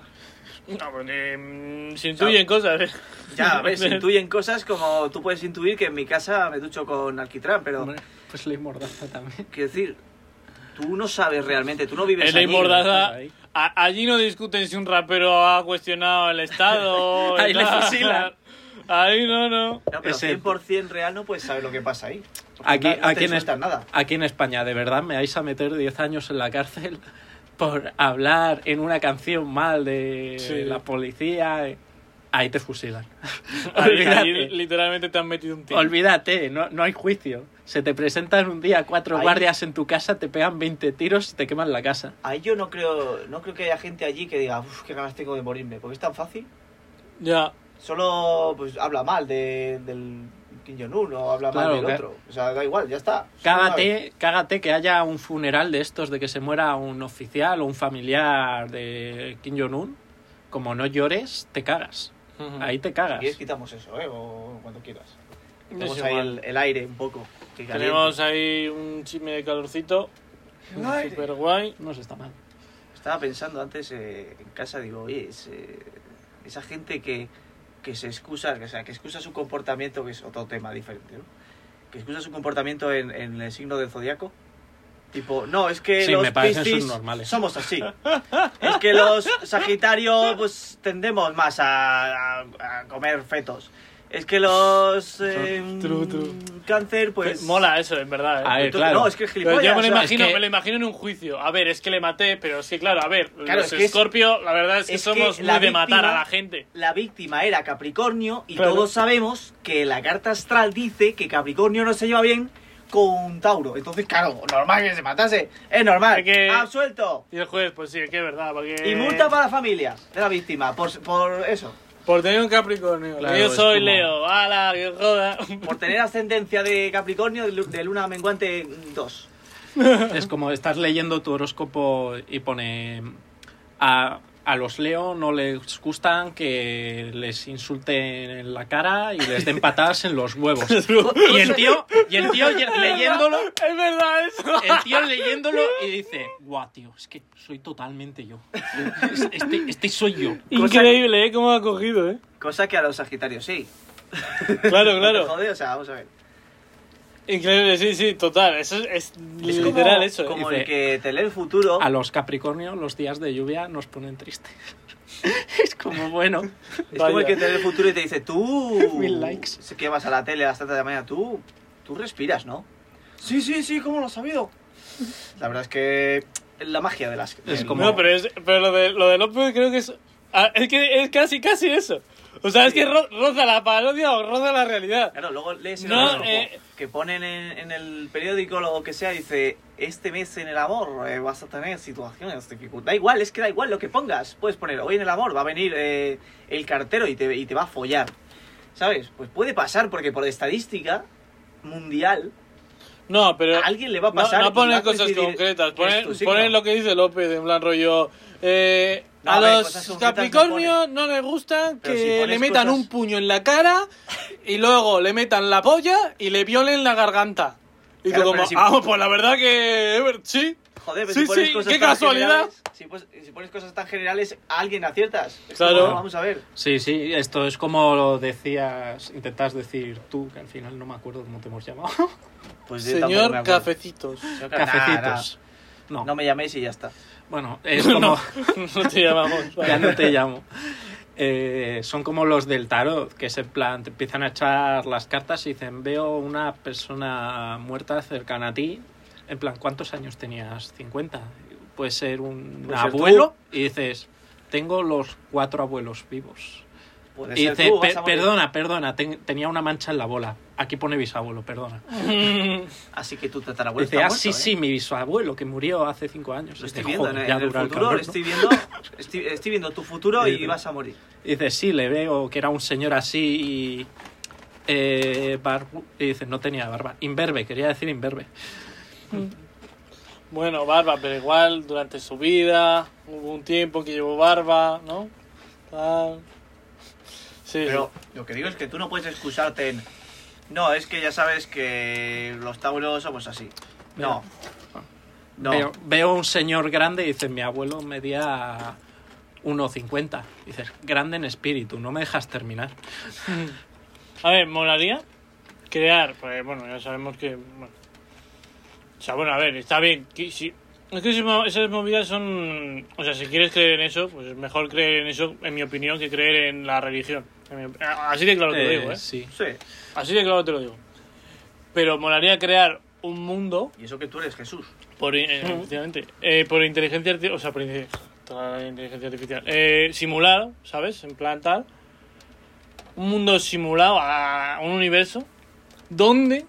C: No, pues, eh, se intuyen cosas, eh.
B: Ya, ves, intuyen cosas como tú puedes intuir que en mi casa me ducho con alquitrán, pero
A: Hombre, pues ley mordaza también.
B: quiero decir, tú no sabes realmente, tú no vives
C: En ley
B: allí.
C: mordaza,
A: ahí.
C: a- allí no discuten si un rapero ha cuestionado el Estado.
A: Ahí
C: y
A: le
C: tal.
A: fusilan.
C: Ahí no, no.
B: No, pero
A: Ese-
B: 100% real no puedes saber lo que pasa ahí. Porque
A: Aquí,
B: no- no te
A: aquí, en
B: sueltan
A: Es-
B: nada.
A: aquí en España, de verdad, me vais a meter 10 años en la cárcel por hablar en una canción mal de
C: Sí.
A: la policía. Ahí te fusilan.
C: Ahí, ahí
A: Olvídate.
C: literalmente te han metido un tiro.
A: Olvídate, no, no hay juicio. Se te presentan un día cuatro
B: Ahí-
A: guardias en tu casa, te pegan 20 tiros y te queman la casa.
B: Ahí yo no creo, no creo que haya gente allí que diga, uff, qué ganas tengo de morirme, porque es tan fácil.
C: Ya.
B: Solo pues habla mal de- del Kim Jong-un o habla
A: Claro,
B: mal del
A: que-
B: otro. O sea, da igual, ya está.
A: Cágate, cágate que haya un funeral de estos, de que se muera un oficial o un familiar de Kim Jong-un. Como no llores, te cagas. Ahí te
B: Si
A: cagas.
B: quieres, quitamos Mm. eso, ¿eh? O cuando quieras.
C: Es
B: Tenemos ahí
C: igual.
B: el, el aire un poco. que caliente.
C: Tenemos ahí un chisme de calorcito.
B: Ay.
C: Super guay.
A: No se está mal.
B: Estaba pensando antes eh, en casa, digo, oye, es, eh, esa gente que, que se excusa, o sea, que excusa su comportamiento, que es otro tema diferente, ¿no? Que excusa su comportamiento en, en el signo del zodiaco. Tipo, no, es que
A: Sí,
B: los
A: me parecen
B: Piscis
A: subnormales.
B: somos así. es que los Sagitario, pues tendemos más a, a- a comer fetos. Es que los. eh,
C: True, true.
B: Cáncer, pues.
C: Mola eso, en verdad. eh.
A: A ver,
B: Entonces,
A: claro.
B: No, es que es
C: Pero
B: gilipollas.
C: yo me
B: o
C: lo,
B: sea,
C: imagino,
A: que-
C: me lo imagino en un juicio. A ver, es que le maté, pero es que, claro, a ver,
B: Claro,
C: los
B: es que es-
C: Scorpio, la verdad es que
B: es que
C: somos
B: la
C: muy de matar
B: víctima-
C: a la gente.
B: la víctima era Capricornio y
C: Claro.
B: todos sabemos que la carta astral dice que Capricornio no se lleva bien con Tauro. Entonces, claro, normal que se matase. Es normal.
C: Hay que-
B: Absuelto.
C: Y el juez, pues sí, es que es verdad. Porque...
B: Y multa para la familia de la víctima por, por eso.
C: Por tener un Capricornio.
A: Claro,
C: yo
A: es
C: soy
A: como-
C: Leo. ¡Hala, que joda!
B: Por tener ascendencia de Capricornio de lu- de luna menguante 2.
A: Es como estás leyendo tu horóscopo y pone a, a los Leo no les gustan que les insulten en la cara y les den patadas en los huevos. Y el tío, y el tío ye- leyéndolo,
C: Es verdad eso.
A: el tío leyéndolo y dice, guau, tío, es que soy totalmente yo. Es- Este, este soy yo.
C: Increíble, ¿eh? Cómo ha cogido, ¿eh?
B: Cosa que a los Sagitarios sí.
C: Claro, claro.
B: Joder, o sea, vamos a ver.
C: Increíble, sí, sí, total. Eso es, es
B: Es como-
C: literal eso. ¿eh?
B: Como
A: Dice-
B: el que te lee el futuro.
A: A los Capricornio los días de lluvia nos ponen tristes. Es como, bueno,
B: Es como el
C: Vaya.
B: que te ve el futuro y te dice, tú.
A: Mil likes.
B: sé Que vas a la tele a las 3 de la mañana, tú. Tú respiras, ¿no? Sí, sí, sí, ¿cómo lo has sabido? La verdad es que. es La magia de las. del-
A: como-
C: No, pero, es, pero lo, de, lo de López creo que es. ah, Es que es casi, casi eso. O sea, es que ro- roza la parodia o roza la realidad.
B: Claro, luego lees el
C: No,
B: horóscopo
C: eh.
B: que ponen en, en el periódico o lo que sea, dice, este mes en el amor eh, vas a tener situaciones dificultades. Da igual, es que da igual lo que pongas. Puedes poner, hoy en el amor va a venir eh, el cartero y te, y te va a follar. ¿Sabes? Pues puede pasar porque por estadística mundial
C: No, pero.
B: a alguien le va a
C: No,
B: pasar.
C: no
B: y va
C: ponen
B: a
C: cosas
B: coincidir
C: concretas,
B: que
C: ponen,
B: es tu signo.
C: ponen lo que dice López, en plan rollo. eh,
B: No,
C: a
B: a ver, cosas
C: los
B: concretas
C: Capricornio no, les gusta
B: Pero si
C: que
B: pones
C: le metan
B: cosas-
C: un puño en la cara y luego le metan la polla y le violen la garganta. Y
B: Claro,
C: tú
B: pero
C: como,
B: si-
C: ah, pues la verdad que eh, sí.
B: Joder, pero
C: Sí,
B: si pones
C: sí,
B: cosas
C: qué
B: tan
C: casualidad.
B: generales- Si, pos- si pones cosas tan generales, a alguien aciertas. Es
C: Claro.
B: como, vamos a ver.
A: Sí, sí, esto es como lo decías, intentas decir tú, que al final no me acuerdo cómo te hemos llamado.
B: Pues yo tampoco me
C: Señor
B: acuerdo.
C: Cafecitos.
B: Señor Cafe-
A: Cafecitos.
B: Nah,
A: No,
B: nah, No me llaméis y ya está.
A: bueno, es como,
C: no te llamamos. vale.
A: ya no te llamo. Eh, son como los del tarot, que es en plan, te empiezan a echar las cartas y dicen, veo una persona muerta cercana a ti. En plan, ¿cuántos años tenías? ¿50? Puede ser un
B: Puede ser tú.
A: abuelo. y dices, tengo los cuatro abuelos vivos.
B: Puede
A: Y
B: ser
A: dice,
B: tú, vas
A: "Pe-
B: a morir.
A: perdona, perdona, ten- tenía una mancha en la bola. Aquí pone bisabuelo, perdona.
C: Mm,
B: Así que tu tatarabuelo
A: Dice,
B: Ah, está
A: ah,
B: muerto,
A: sí,
B: ¿eh?
A: sí, mi bisabuelo que murió hace cinco años.
B: Lo estoy
A: Dice,
B: viendo
A: "Joder,
B: en,
A: ya
B: el- en el
A: dura el
B: futuro,
A: cabrón,
B: lo
A: ¿no?".
B: estoy viendo, estoy, estoy viendo tu futuro
A: Sí, sí.
B: y vas a morir.
A: Dice, sí, le veo que era un señor así y... eh, barbu- y dice, no tenía barba. Imberbe, quería decir imberbe.
C: Bueno, barba, pero igual durante su vida hubo un tiempo que llevó barba, ¿no? Tal. Sí,
B: Pero lo que digo es que tú no puedes excusarte en... No, es que ya sabes que los tauros somos así. No. No.
A: Veo, veo un señor grande y dice, mi abuelo medía 1,50. Dices, grande en espíritu, no me dejas terminar.
C: A ver, molaría crear, pues bueno, ya sabemos que. bueno. O sea, bueno, a ver, está bien. que si- es que esas mo- esas movidas son. O sea, si quieres creer en eso, pues es mejor creer en eso, en mi opinión, que creer en la religión. En mi- Así de claro te lo
A: Eh,
C: digo, ¿eh?
A: Sí.
B: Sí.
C: Así de claro te lo digo. Pero molaría crear un mundo
B: Y eso que tú eres Jesús.
C: por, eh, efectivamente, eh, por inteligencia artificial, o sea, por inte- toda la inteligencia artificial, eh, simulado, ¿sabes? En plan tal, un mundo simulado a un universo donde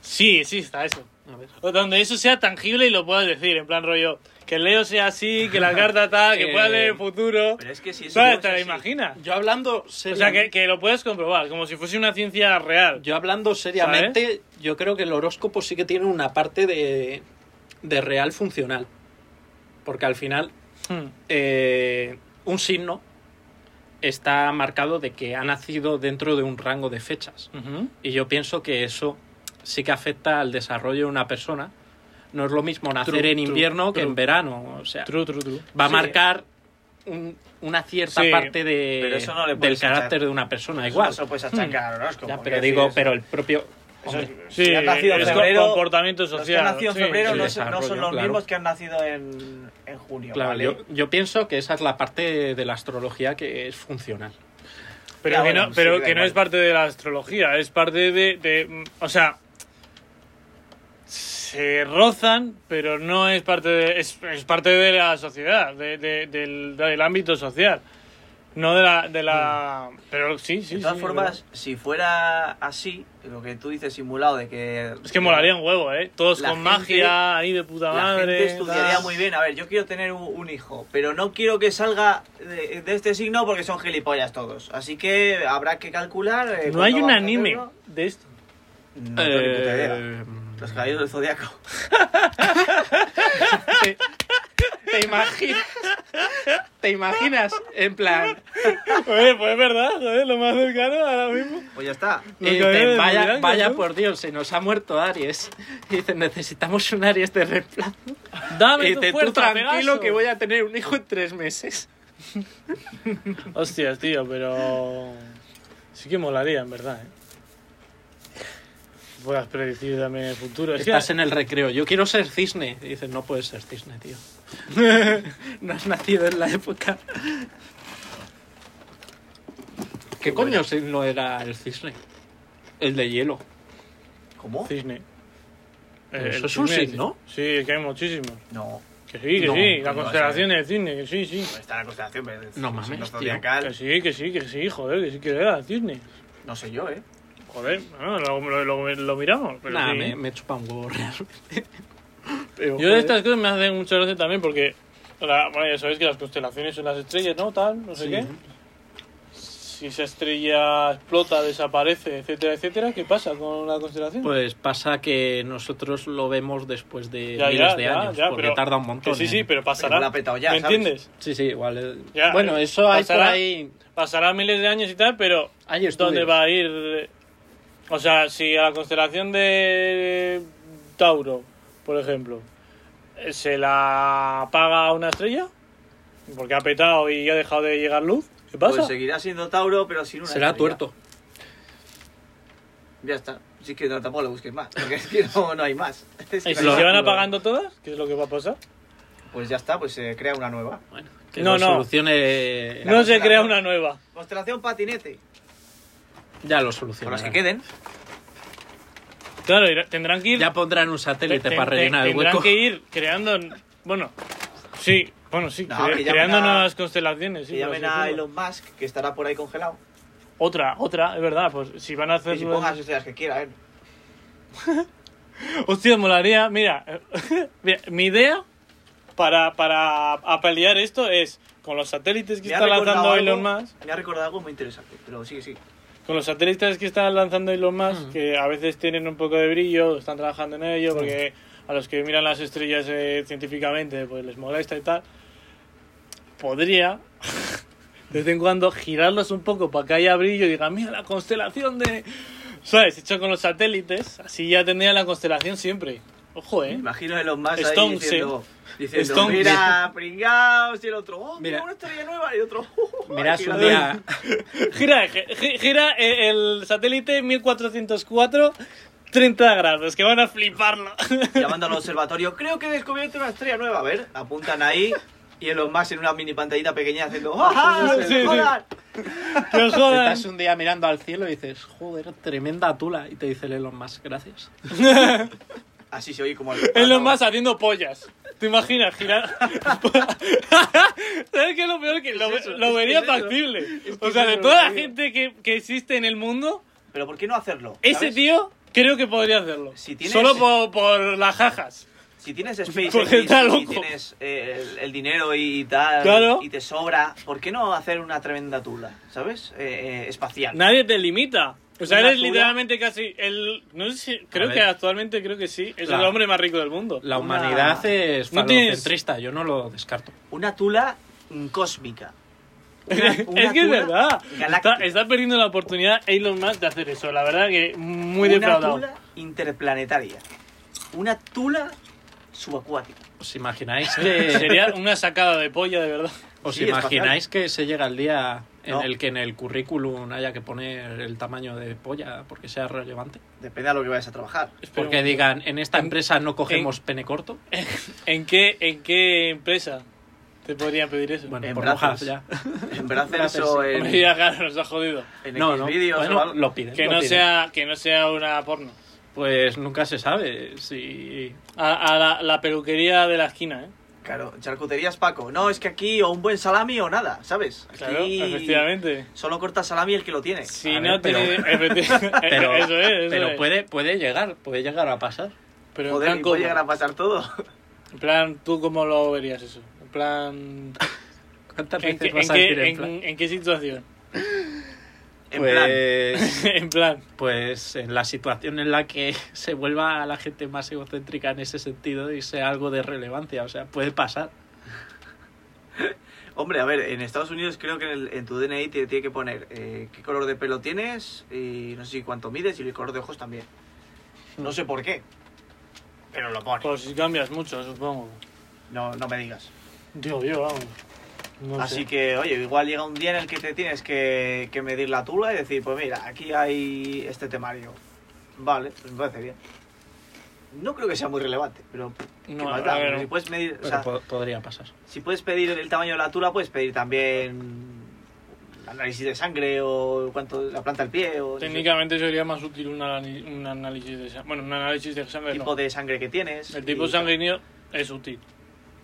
C: sí exista eso.
A: A ver.
C: O donde eso sea tangible y lo puedas decir, en plan rollo, que Leo sea así, que la carta tal, que pueda leer el futuro.
B: Pero es que si eso...
C: ¿Sabes?
B: no
C: ¿Te
B: es
C: la
B: así- pues
C: imaginas?
A: Yo hablando
C: O sea, que, que lo puedes comprobar, como si fuese una ciencia real.
A: Yo hablando seriamente, yo creo que el horóscopo sí que tiene una parte de, de real funcional. Porque al final,
C: Hmm.
A: eh, un signo está marcado de que ha nacido dentro de un rango de fechas.
C: Ujú.
A: Y yo pienso que eso sí que afecta al desarrollo de una persona. No es lo mismo nacer
C: True,
A: en
C: true,
A: invierno que
C: true.
A: en verano. O sea,
C: True, true, true.
A: va a
B: Sí.
A: marcar un- una cierta
C: Sí,
A: parte de-
B: pero eso no le
A: del
B: puedes echar.
A: carácter de una persona.
B: Eso
A: Igual.
B: No se lo puedes achacar al horóscopo.
A: Ya,
B: quiero
A: pero
B: decir,
A: digo,
B: eso-
A: pero el propio...
B: eso-
A: hombre.
C: Sí,
B: si han nacido en
C: es
B: febrero,
C: comportamiento
B: Los
C: social.
B: que han nacido en
C: sí,
B: febrero
A: sí.
B: no, se- no son los
A: Desarrollo,
B: mismos que han nacido en, en junio.
A: Claro,
B: ¿vale?
A: yo, yo pienso que esa es la parte de la astrología que es funcional.
C: Pero
B: Ya,
C: que
B: bueno,
C: no,
B: sí,
C: pero
B: da
C: que no
B: igual.
C: es parte de la astrología, es parte de, de- mm, O sea. Se rozan, pero no es parte de. Es, es parte de la sociedad, de- de- del, del ámbito social. No de la. De la pero sí, sí.
B: Hmm. de todas
C: sí,
B: formas, si fuera así, lo que tú dices simulado de que...
C: pero- Es que molaría un huevo, ¿eh? Todos
B: La
C: con
B: gente-
C: magia, ahí de puta
B: La
C: madre.
B: gente estudiaría
C: tal.
B: muy bien. A ver, yo quiero tener un, un hijo, pero no quiero que salga de, de este signo porque son gilipollas todos. Así que habrá que calcular... eh,
C: No hay
B: cuándo
C: un
B: vamos a
C: anime
B: hacerlo.
C: de esto.
B: No tengo ni puta idea.
A: Eh,
B: Los caballeros del zodiaco.
A: ¿Te, imaginas, te ¿Te imaginas? En plan,
C: Oye, pues es verdad, joder, lo más cercano ahora mismo.
B: Pues ya está.
C: Los
A: eh,
C: caballeros
A: te-
C: del
A: vaya,
C: Zodiaco,
A: vaya
C: ¿no?
A: por Dios, se nos ha muerto Aries. Y dicen, necesitamos un Aries de reemplazo.
D: Dame
A: Y
D: tu
A: dice, tú
D: fuerza,
A: tranquilo
D: Pegaso.
A: que voy a tener un hijo en tres meses.
C: Hostias, tío, pero. Sí que molaría, en verdad, ¿eh? Puedas predecir también el futuro. Es que-
A: Estás en el recreo, yo quiero ser cisne. Y dicen, no puedes ser cisne, tío. no has nacido en la época. ¿Qué coño no era el cisne? El de hielo.
B: ¿Cómo?
C: Cisne.
A: Pero
C: Eh,
A: eso
C: el
A: es un
C: cisne,
A: signo.
C: Sí, es que hay muchísimos.
B: No.
C: Que sí, que
A: No,
C: sí.
B: no,
C: La
B: no,
C: constelación del cisne, que sí, sí.
B: Está la constelación, pero es-
A: No
B: es
A: mames,
B: signo
A: tío.
C: Que
B: zodiacal.
C: sí, que sí, que sí, joder, que sí que era el cisne.
B: No sé yo, ¿eh?
C: Joder, bueno, lo, lo- lo- lo miramos. Pero
A: Nada,
C: sí.
A: me, me chupa un huevo realmente. Pero,
C: Yo de
A: joder.
C: estas cosas me hacen mucha gracia también porque, la- bueno, ya sabéis que las constelaciones son las estrellas, ¿no? Tal, no sé
A: Sí.
C: qué. Si esa estrella explota, desaparece, etcétera, etcétera, ¿qué pasa con una constelación?
A: Pues pasa que nosotros lo vemos después de
C: Ya,
A: miles
C: ya,
A: de
C: ya,
A: años,
C: ya,
A: porque
C: pero-
A: tarda un montón. ¿eh?
C: que sí,
A: en-
C: sí, pero
B: Pero la
C: pasará.
B: ha petado ya,
C: ¿Me
B: ¿sabes?
C: entiendes?
A: Sí, sí, igual. eh.
C: Ya,
A: bueno,
C: eh,
A: eso hay por
C: pasará-
A: ahí.
C: Pasará miles de años y tal, pero
A: Hay estudios.
C: ¿dónde va a ir? eh? O sea, si a la constelación de Tauro, por ejemplo, eh, se la apaga una estrella, porque ha petado y ha dejado de llegar luz, ¿qué pasa?
B: Pues seguirá siendo Tauro, pero sin una.
A: Será
B: estrella.
A: tuerto.
B: Ya está. Si es que no, tampoco lo busques más. Porque es que no, no hay más. Es que
C: ¿Y si
B: no hay
C: se van
B: más.
C: apagando todas? ¿Qué es lo que va a pasar?
B: Pues ya está, pues se crea una nueva.
A: Bueno, que
C: No,
A: lo
C: no.
A: solucione.
C: No se
B: constelación.
C: crea una nueva.
B: Constelación patinete.
A: Ya lo
B: Con
A: solucionarán.
B: las que queden.
C: Claro, irá- tendrán que ir...
A: Ya pondrán un satélite
C: ten-
A: para
C: ten-
A: rellenar el
C: tendrán
A: hueco.
C: que ir creando... Bueno, sí, bueno, sí,
B: No,
C: cre-
B: que llamen
C: creando
B: a-
C: nuevas constelaciones. sí,
B: Que
C: por
B: llamen
C: así
B: a
C: decirlo.
B: Elon Musk, que estará por ahí congelado.
C: Otra, otra, es verdad, pues si van a hacer...
B: Y si pongas las estrellas que quiera, ¿eh?
C: Hostia, molaría. Mira, mira, mi idea para, para apalear esto es con los satélites que
B: Me ha
C: está
B: recordado
C: lanzando
B: algo-
C: Elon Musk.
B: Me ha recordado algo muy interesante, pero sí, sí.
C: Con los satélites que está lanzando Elon Musk,
A: Mm.
C: que a veces tienen un poco de brillo, están trabajando en ello, porque a los que miran las estrellas eh, científicamente pues les molesta y tal. Podría, de vez en cuando, girarlos un poco para que haya brillo y digan, mira la constelación de. ¿Sabes? Hecho con los satélites, así ya tendría la constelación siempre. Ojo, eh.
B: Me imagino a Elon Musk ahí
C: Stone,
B: diciendo, diciendo
C: Stone,
B: mira, pringaos, y el otro, oh, mira.
A: Mira.
B: una estrella nueva, y el otro, oh, oh, oh,
A: Mirás
B: y
A: un
B: la-
A: día.
C: Gira, gi- gira eh, el satélite 1404 30 grados, que van a fliparlo.
B: Llamando al observatorio, creo que he descubierto una estrella nueva, a ver, apuntan ahí, y Elon Musk en una mini pantallita pequeña haciendo, ¡ah,
C: Sí, sí.
B: joder!
C: Que os jodan.
A: Estás un día mirando al cielo y dices, joder, tremenda tula. Y te dice el Elon Musk, gracias.
B: Así se oye como... el-
C: Es lo más haciendo pollas. ¿Te imaginas girar? ¿Sabes qué es lo peor? Que lo,
B: Es eso,
C: lo
B: es que
C: vería
B: es eso.
C: factible.
B: Es que
C: o
B: es
C: sea, de
B: eso,
C: toda la
B: tío.
C: gente que, que existe en el mundo,
B: Pero ¿por qué no hacerlo?
C: ese
B: ¿sabes?
C: tío creo que podría hacerlo.
B: Si tienes-
C: Solo por, por las jajas.
B: Si tienes SpaceX
C: Porque está
B: y
C: loco.
B: tienes eh, el, el dinero y tal,
C: Claro.
B: y te sobra, ¿por qué no hacer una tremenda tula, sabes? Eh, eh, espacial.
C: Nadie te limita. O sea,
B: Una
C: eres
B: tula.
C: literalmente casi el... No sé si... Creo
A: ver.
C: que actualmente creo que sí. Es
A: La-
C: el hombre más rico del mundo.
A: La
B: Una-
A: humanidad es
C: No tienes-
A: falocentrista, yo no lo descarto.
B: Una tula mm, cósmica. Una-
C: es
B: una
C: que es
B: tula
C: verdad. Está,
B: galáctica.
C: está perdiendo la oportunidad Elon Musk de hacer eso. La verdad que muy
B: Una
C: defraudado.
B: tula interplanetaria. Una tula subacuática.
A: ¿Os imagináis que,
C: Sería una sacada de polla, de verdad.
A: ¿os
B: Sí,
A: imagináis que se llega el día en
B: No.
A: el que en el currículum haya que poner el tamaño de polla porque sea relevante?
B: Depende de lo que vayas a trabajar.
A: Porque digan, en esta
C: En-
A: empresa no cogemos pene corto.
C: ¿En qué, ¿En qué empresa te podrían pedir eso?
A: Bueno, eh,
B: en
A: por
B: brazos.
A: hojas ya.
B: En verdad,
A: Brazos,
B: eso
A: sí.
B: en,
C: Hombre, ya claro, nos ha jodido.
B: en
A: No, no.
B: Xvideos
A: Bueno,
B: o algo.
A: lo piden.
C: Que
A: lo
C: no,
A: piden.
C: sea, que no sea una porno.
A: Pues nunca se sabe si.
C: A, a la, la peluquería de la esquina, ¿eh?
B: Claro, charcuterías Paco. No, es que aquí o un buen salami o nada, ¿sabes? Aquí
C: Claro, efectivamente.
B: Solo corta salami el que lo tiene.
C: Si
A: A
C: no
A: ver, pero-
C: tiene... efecti-
A: Pero,
C: Eh, eso es, eso
A: pero
C: es.
A: puede, puede llegar, puede llegar a pasar.
C: Pero en
B: Joder,
C: plan,
B: y puede
C: ¿cómo?
B: llegar a pasar todo.
C: En plan, ¿tú cómo lo verías eso? En plan...
A: ¿Cuántas
C: ¿En
A: veces
C: qué,
A: vas
C: en
A: a
C: qué-
A: decir en
C: en-
A: plan?
C: en qué situación?
B: En plan,
A: Pues,
C: en plan...
A: pues en la situación en la que se vuelva la gente más egocéntrica en ese sentido y sea algo de relevancia. O sea, puede pasar.
B: Hombre, a ver, en Estados Unidos creo que en, el- en tu DNI te tiene que poner eh, qué color de pelo tienes y no sé si cuánto mides y el color de ojos también. No sé por qué, pero lo pone.
C: Pues si cambias mucho, supongo.
B: No, no me digas.
C: Digo yo, vamos.
A: ¿Ah,
C: No
B: Así
C: sé.
B: que, oye, igual llega un día en el que te tienes que, que medir la tula y decir, pues mira, aquí hay este temario. Vale, pues me parece bien. No creo que sea muy relevante, pero qué
C: No,
B: más
C: a
B: da,
C: ver,
B: si puedes medir, o
A: Pero
B: sea,
A: po- podría pasar.
B: si puedes pedir el tamaño de la tula, puedes pedir también análisis de sangre o cuánto la planta del pie o no sé,
C: Técnicamente sería más útil un, anali- un análisis de sangre. Bueno, un análisis de sangre.
B: tipo
C: no.
B: de sangre que tienes.
C: El tipo
B: y-
C: sanguíneo es útil,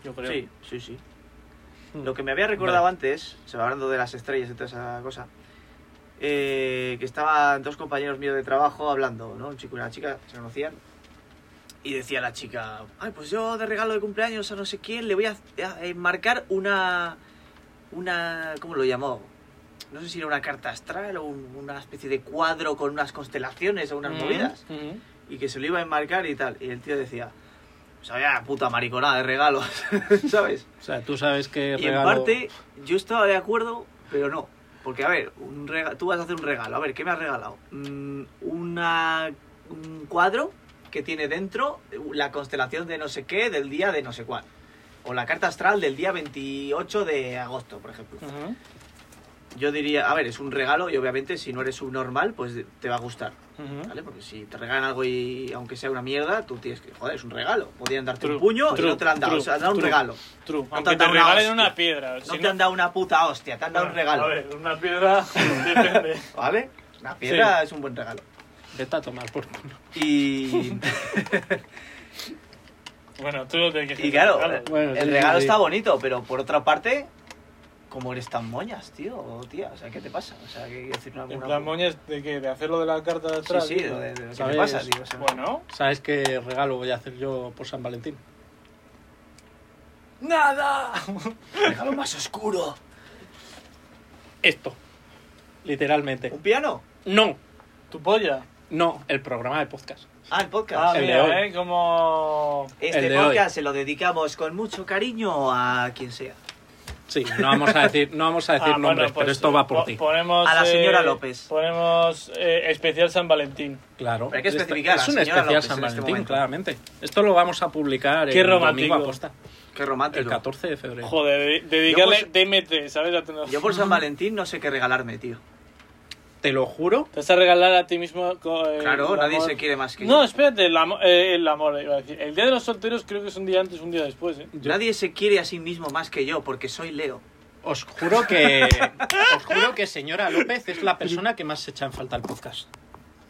C: yo creo.
B: Sí, sí, sí.
A: Hmm.
B: Lo que me había recordado antes, se va hablando de las estrellas y toda esa cosa, eh, que estaban dos compañeros míos de trabajo hablando, ¿no? Un chico y una chica, se conocían. Y decía la chica, ay, pues yo de regalo de cumpleaños a no sé quién le voy a, a- eh, marcar una, una, ¿cómo lo llamó? No sé si era una carta astral o un- una especie de cuadro con unas constelaciones o unas
C: Ujú,
B: movidas.
C: ujú.
B: Y que se lo iba a enmarcar y tal. Y el tío decía, pues había puta mariconada de regalos, ¿sabes?
A: O sea, tú sabes que
B: Y en
A: regalo-
B: parte, yo estaba de acuerdo, pero no. Porque, a ver, un rega- tú vas a hacer un regalo. A ver, ¿qué me has regalado? Mm, una, un cuadro que tiene dentro la constelación de no sé qué del día de no sé cuál. O la carta astral del día 28 de agosto, por ejemplo.
C: Ujú,
B: Yo diría, a ver, es un regalo y obviamente si no eres subnormal, pues te va a gustar,
C: ujú.
B: ¿vale? Porque si te regalan algo y aunque sea una mierda, tú tienes que, joder, es un regalo. Podrían darte
C: True,
B: un puño y
C: true,
B: no te lo han dado,
C: true,
B: o sea, te han dado un
C: true.
B: regalo.
C: True.
B: te
C: Aunque
B: han
C: te
B: dado una
C: regalen
B: hostia.
C: una piedra.
B: No
C: si
B: te han dado una puta hostia, te han dado un regalo.
C: A ver, una piedra depende.
B: ¿Vale? La piedra es un buen regalo.
A: Vete a tomar por culo.
B: Y,
C: Bueno, tú lo tienes que
B: y claro, eh,
C: Regalo.
A: Bueno, sí,
B: el regalo
A: sí, sí.
B: está bonito, pero por otra parte, como eres tan moñas, tío, o tía, o sea, ¿qué te pasa? O sea, que decir una,
C: En
B: una-
C: plan moñas de qué, de hacer lo de la carta de
B: Sí,
C: atrás.
B: sí, lo de- de- ¿qué te
A: ¿Sabes?
B: pasa, tío? O sea,
C: Bueno.
A: ¿Sabes qué regalo voy a hacer yo por San Valentín?
C: ¡Nada!
B: regalo más oscuro.
A: Esto. Literalmente.
B: ¿Un piano?
A: No,
C: ¿Tu polla?
A: no, el programa de podcast.
B: Ah, el podcast.
C: Ah,
A: El de
C: mira,
A: hoy.
C: ¿eh? Como...
B: este
A: el de
B: podcast
A: hoy.
B: se lo dedicamos con mucho cariño a quien sea.
A: Sí, no vamos a decir, no vamos a decir
C: Ah, bueno,
A: nombres,
C: pues,
A: pero esto va
C: po-
A: por ti.
C: Ponemos,
B: A la señora
C: eh,
B: López.
C: Ponemos eh, especial San Valentín.
A: Claro.
B: Pero hay que
A: Es-
B: especificar a
A: Es
B: la
A: un
B: señora
A: especial
B: López
A: San
B: en este
A: Valentín,
B: momento.
A: claramente. Esto lo vamos a publicar
C: Qué
A: en
C: romántico.
A: Domingo Aposta,
B: Qué romántico.
A: el 14 de febrero.
C: Joder, de- dedicarle
B: Yo por-
C: DMT, ¿sabes? A tu-
B: Yo por San Valentín no sé qué regalarme, tío.
A: Te lo juro.
C: Te vas a regalar a ti mismo. co- eh,
B: Claro,
C: el
B: nadie
C: amor.
B: se quiere más que yo.
C: No, espérate, el, amo- eh, el amor, iba a decir. El día de los solteros creo que es un día antes, un día después, ¿eh?
A: Yo-
B: Nadie se quiere a sí mismo más que yo, porque soy Leo.
A: Os juro que. os juro que señora López es la persona que más se echa en falta al podcast.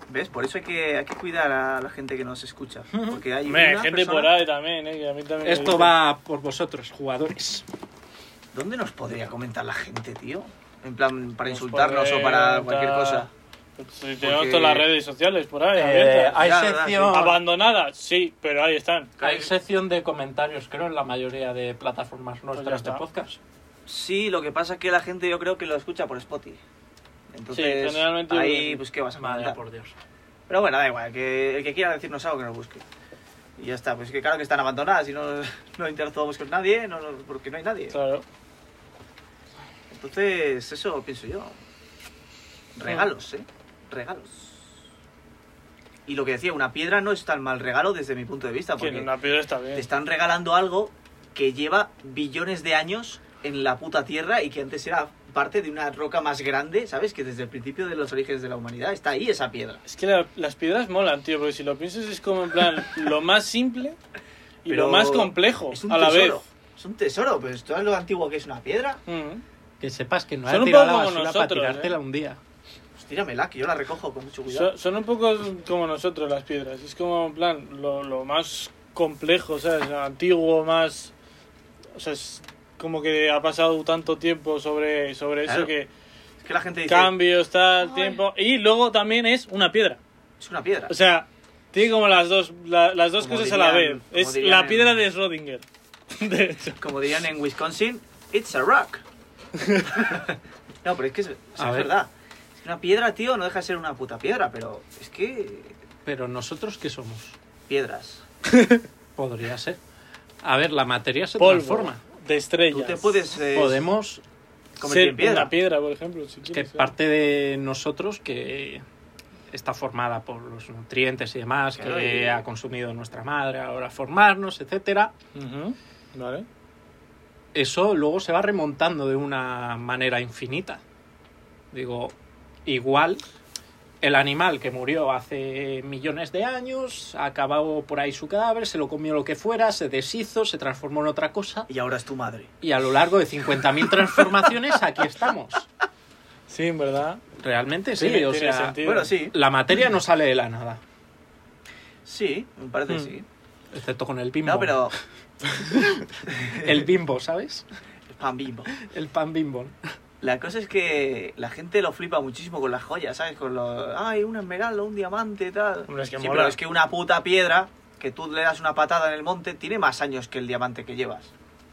B: ¿Ves? Por eso hay que, hay que cuidar a la gente que nos escucha. Porque hay
C: Hombre,
B: una
C: gente
B: persona-
C: por ahí también, ¿eh? Que a mí también me
A: Esto
C: dice.
A: va por vosotros, jugadores.
B: ¿Dónde nos podría comentar la gente, tío? En plan, para
C: Nos
B: insultarnos o
C: puede
B: para
C: comentar-
B: cualquier cosa.
C: Si tenemos
B: Porque- Eh, ah,
C: todas las redes sociales por ahí, abiertas.
B: hay
A: Eh, hay
B: Ya, ya, sección-
A: sección.
B: sí.
C: Abandonadas, sí, pero ahí están.
A: Hay sección de comentarios, creo, en la mayoría de plataformas
C: ya
A: nuestras
C: está.
A: de podcast.
B: Sí, lo que pasa es que la gente yo creo que lo escucha por Spotify. Entonces,
C: Sí, generalmente-
B: ahí, pues, ¿qué vas a
A: Madre
B: mandar?
A: por Dios.
B: Pero bueno, da igual, que el que quiera decirnos algo que nos busque. Y ya está, pues que claro que están abandonadas y no, no interactuamos con nadie, no, no- porque no hay nadie.
C: Claro.
B: Entonces, eso pienso yo. Regalos, ¿eh? Regalos. Y lo que decía, una piedra no es tan mal regalo desde mi punto de vista,
C: Tiene
B: porque
C: una piedra está
B: te
C: bien.
B: están regalando algo que lleva billones de años en la puta tierra y que antes era parte de una roca más grande, ¿sabes? Que desde el principio de los orígenes de la humanidad está ahí esa piedra.
C: Es que la- las piedras molan, tío, porque si lo piensas es como en plan lo más simple y
B: Pero
C: lo más complejo
B: Es un
C: a la vez.
B: tesoro. Es un tesoro, pero esto es lo antiguo que es una piedra.
C: Mm.
A: Que sepas que no
C: Son
A: hay
C: un
A: tirado la
C: poco como
A: basura para
C: nosotros,
A: tirártela
C: ¿eh?
A: un día.
B: Pues tíramela, que yo la recojo con mucho cuidado.
C: So- son un poco como nosotros las piedras. Es como, en plan, lo, lo más complejo, ¿sabes? Antiguo, más... O sea, es como que ha pasado tanto tiempo sobre, sobre
B: Claro.
C: eso que
B: Es que la gente dice,
C: cambios, tal,
B: Ay.
C: tiempo... Y luego también es una piedra.
B: es una piedra.
C: O sea, tiene como las dos, la- las dos
B: Como
C: cosas a la vez.
B: dirían- como
C: Es
B: dirían
C: la
B: en-
C: piedra de Schrödinger. De hecho.
B: Como dirían en Wisconsin, it's a rock. no, pero es que es, o sea,
A: A
B: es
A: ver.
B: verdad. Es que una piedra, tío, no deja de ser una puta piedra, pero es que.
A: Pero nosotros, ¿qué somos?
B: Piedras.
A: Podría ser. A ver, la materia se
C: Polvo.
A: transforma.
C: de
B: Tú
C: estrellas.
B: te puedes eh,
A: Podemos
B: convertir
C: ser
B: en piedra.
C: una piedra, por ejemplo, si
A: que
C: quieres. ¿eh?
A: parte de nosotros que está formada por los nutrientes y demás
B: Claro,
A: que
B: y-
A: ha consumido nuestra madre a la hora de formarnos, etcétera,
C: Ujú, Vale.
A: eso luego se va remontando de una manera infinita. Digo, igual el animal que murió hace millones de años, acabó por ahí su cadáver, se lo comió lo que fuera, se deshizo, se transformó en otra cosa
B: Y ahora es tu madre.
A: y a lo largo de 50.000 transformaciones aquí estamos.
C: Sí, en verdad.
A: Realmente sí,
C: Sí,
A: o
C: tiene
A: sea,
C: sentido.
B: Bueno, sí,
A: la materia no sale de la nada,
B: sí, me parece
C: Hmm.
B: sí.
A: excepto con el bimbo.
B: No, pero
A: El bimbo, ¿sabes?
B: pan bimbo.
A: El pan bimbo.
B: La cosa es que la gente lo flipa muchísimo con las joyas, ¿sabes? Con los. ¡Ay, una esmeralda, un diamante, tal!
C: Hombre, es que
B: sí,
C: mola.
B: pero es que una puta piedra que tú le das una patada en el monte tiene más años que el diamante que llevas.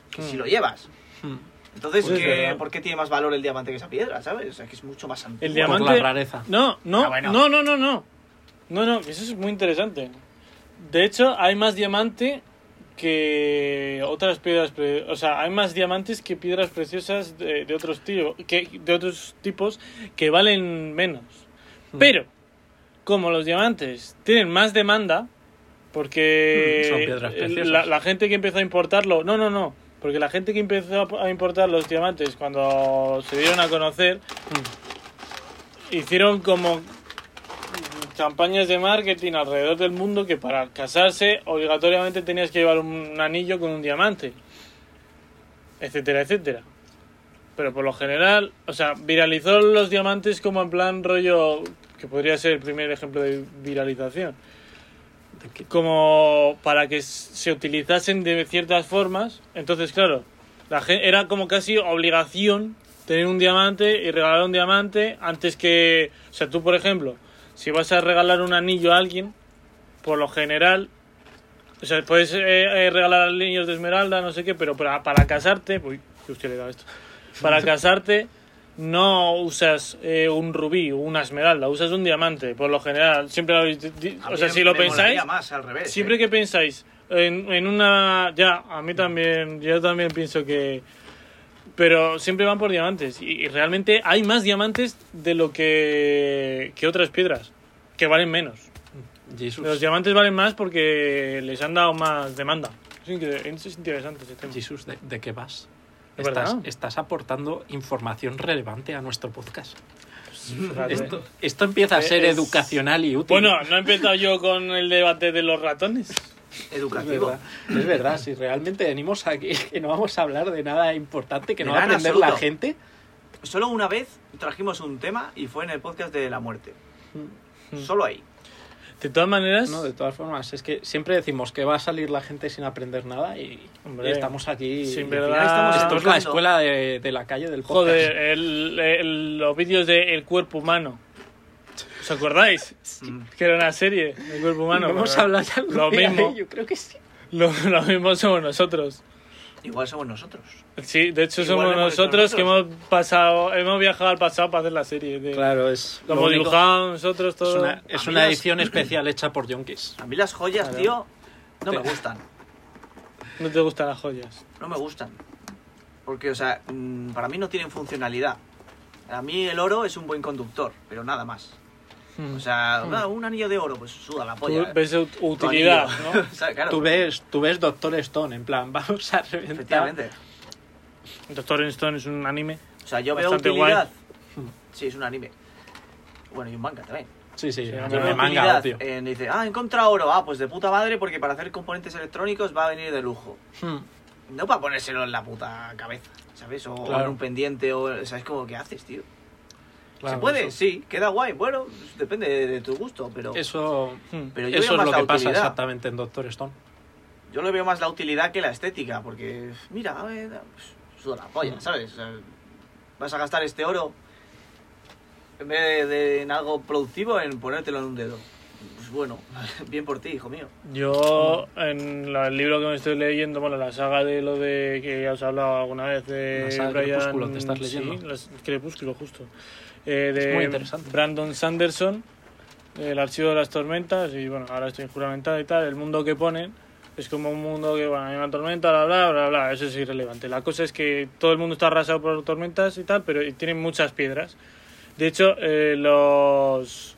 B: Que si
C: Hmm.
B: lo llevas. Entonces,
C: Pues es
B: ¿qué-
C: verdad.
B: ¿por qué tiene más valor el diamante que esa piedra, sabes? O sea, que es mucho más antiguo.
C: El
A: Por
C: diamante-
A: la rareza.
C: No, no,
B: Ah, bueno.
C: no, no, no, no. No, no, que eso es muy interesante. De hecho, hay más diamante que otras piedras, pre- o sea, hay más diamantes que piedras preciosas de, de otros tío- que de otros tipos que valen menos. Pero como los diamantes tienen más demanda porque
A: Mm, son piedras
C: el-
A: preciosas.
C: la, la gente que empezó a importarlo, no, no, no, porque la gente que empezó a- a importar los diamantes cuando se dieron a conocer
A: Mm.
C: hicieron como campañas de marketing alrededor del mundo que para casarse obligatoriamente tenías que llevar un anillo con un diamante, etcétera, etcétera. Pero por lo general, o sea, viralizó los diamantes como en plan rollo, que podría ser el primer ejemplo de viralización,
A: ¿De qué?
C: como para que s- se utilizasen de ciertas formas. Entonces, claro, la gen- era como casi obligación tener un diamante y regalar un diamante antes que, o sea, tú por ejemplo, si vas a regalar un anillo a alguien, por lo general, o sea, puedes eh, eh, regalar anillos de esmeralda, no sé qué, pero para, para casarte, uy, que usted le da esto, para casarte no usas eh, un rubí o una esmeralda, usas un diamante, por lo general, siempre lo habéis di- di-
B: A
C: o
B: mí
C: sea, si lo
B: me molaría
C: pensáis,
B: más al revés.
C: Siempre
B: ¿eh?
C: que pensáis en, en una... Ya, a mí también, yo también pienso que... Pero siempre van por diamantes. Y, y realmente hay más diamantes de lo que, que otras piedras, que valen menos.
A: Jesús.
C: Los diamantes valen más porque les han dado más demanda. Es, incre- es interesante ese tema.
A: Jesús, ¿de, de qué vas?
C: ¿De
A: Estás,
C: verdad?
A: estás aportando información relevante a nuestro podcast.
C: Fíjate.
A: Esto, esto empieza a
C: Eh,
A: ser
C: es-
A: educacional y útil.
C: Bueno, no he empezado yo con el debate de los ratones.
A: es
B: Educativo.
A: verdad. Es verdad, si realmente venimos aquí, que no vamos a hablar de nada importante que
B: De
A: no va a
B: nada
A: aprender
B: absoluto.
A: la gente.
B: Solo una vez trajimos un tema y fue en el podcast de la muerte.
C: Mm.
B: Solo ahí.
C: De todas maneras...
A: No, de todas formas, es que siempre decimos que va a salir la gente sin aprender nada y,
C: Hombre,
A: y estamos aquí.
C: sin
A: y al
C: verdad-
A: final estamos- Esto es la
B: educando.
A: escuela de, de la calle del podcast.
C: Joder, el- el- los vídeos de El Cuerpo Humano. ¿Os acordáis?
B: Mm.
C: Que era una serie, El Cuerpo Humano.
A: vamos
C: pero
A: a hablar ya
C: Lo
A: algún día,
C: mismo.
A: ¿eh? Yo creo que sí.
C: Lo, lo mismo somos nosotros.
B: Igual somos nosotros.
C: Sí, de hecho
B: Igual
C: somos
B: hemos hecho
C: nosotros que hemos
B: nosotros.
C: pasado, hemos viajado al pasado para hacer la serie. De,
A: Claro, es
C: Lo
A: lo
C: hemos
A: único-
C: dibujado nosotros
A: Es
C: todo.
A: una, es
B: A mí
A: una
B: las-
A: edición especial hecha por Yonkis.
B: A mí las joyas,
C: Claro.
B: tío, no me
A: Te-
B: gustan.
C: No te gustan las joyas.
B: No me gustan. Porque, o sea, mm, para mí no tienen funcionalidad. A mí el oro es un buen conductor, pero nada más. O sea, ah, un anillo de oro, pues suda la
C: Tú
B: polla.
C: ves ut-
B: Tu
C: utilidad,
B: anillo.
C: ¿no?
B: O sea, claro,
A: Tú ves, tú ves Doctor Stone, en plan, vamos a reventar.
B: efectivamente.
C: Doctor Stone es un anime.
B: O sea, yo
C: Bastante Mm.
B: veo utilidad. Sí, es un anime. Bueno, y un manga también.
A: Sí, sí,
C: Sí,
A: a mí
C: yo
A: me
C: veo
A: manga,
B: Utilidad,
A: tío.
B: eh, dice, ah, encontra oro. Ah, pues de puta madre, porque para hacer componentes electrónicos va a venir de lujo.
A: Hmm.
B: No para ponérselo en la puta cabeza, ¿sabes? O, o
A: Claro.
B: en un pendiente, o... ¿Sabes cómo que haces, tío?
A: Claro,
B: ¿Se puede?
A: eso-
B: Sí, queda guay. Bueno, depende de, de tu gusto, pero...
A: Eso,
C: Hmm.
B: Pero yo
A: eso
B: veo
A: es
B: más
A: lo
B: la
A: que pasa
B: utilidad.
A: exactamente en Doctor Stone.
B: Yo le veo más la utilidad que la estética, porque, mira, a ver, pues, suda la
C: Mm.
B: polla, ¿sabes? O sea, vas a gastar este oro en vez de, de- en algo productivo, en ponértelo en un dedo. Pues bueno, bien por ti, hijo mío.
C: Yo, en la- el libro que me estoy leyendo, bueno, la saga de lo de que ya os he hablado alguna vez de.
A: La saga de
C: Brian-
A: Crepúsculo, ¿te estás
C: Sí,
A: leyendo?
C: las- Crepúsculo, justo. Eh, de
A: Es muy interesante.
C: Brandon Sanderson, El archivo de las tormentas, y bueno, ahora estoy juramentado y tal, el mundo que ponen. es como un mundo que, bueno, hay una tormenta, bla, bla, bla, bla, eso es irrelevante. La cosa es que todo el mundo está arrasado por tormentas y tal, pero y tienen muchas piedras. De hecho, eh, los,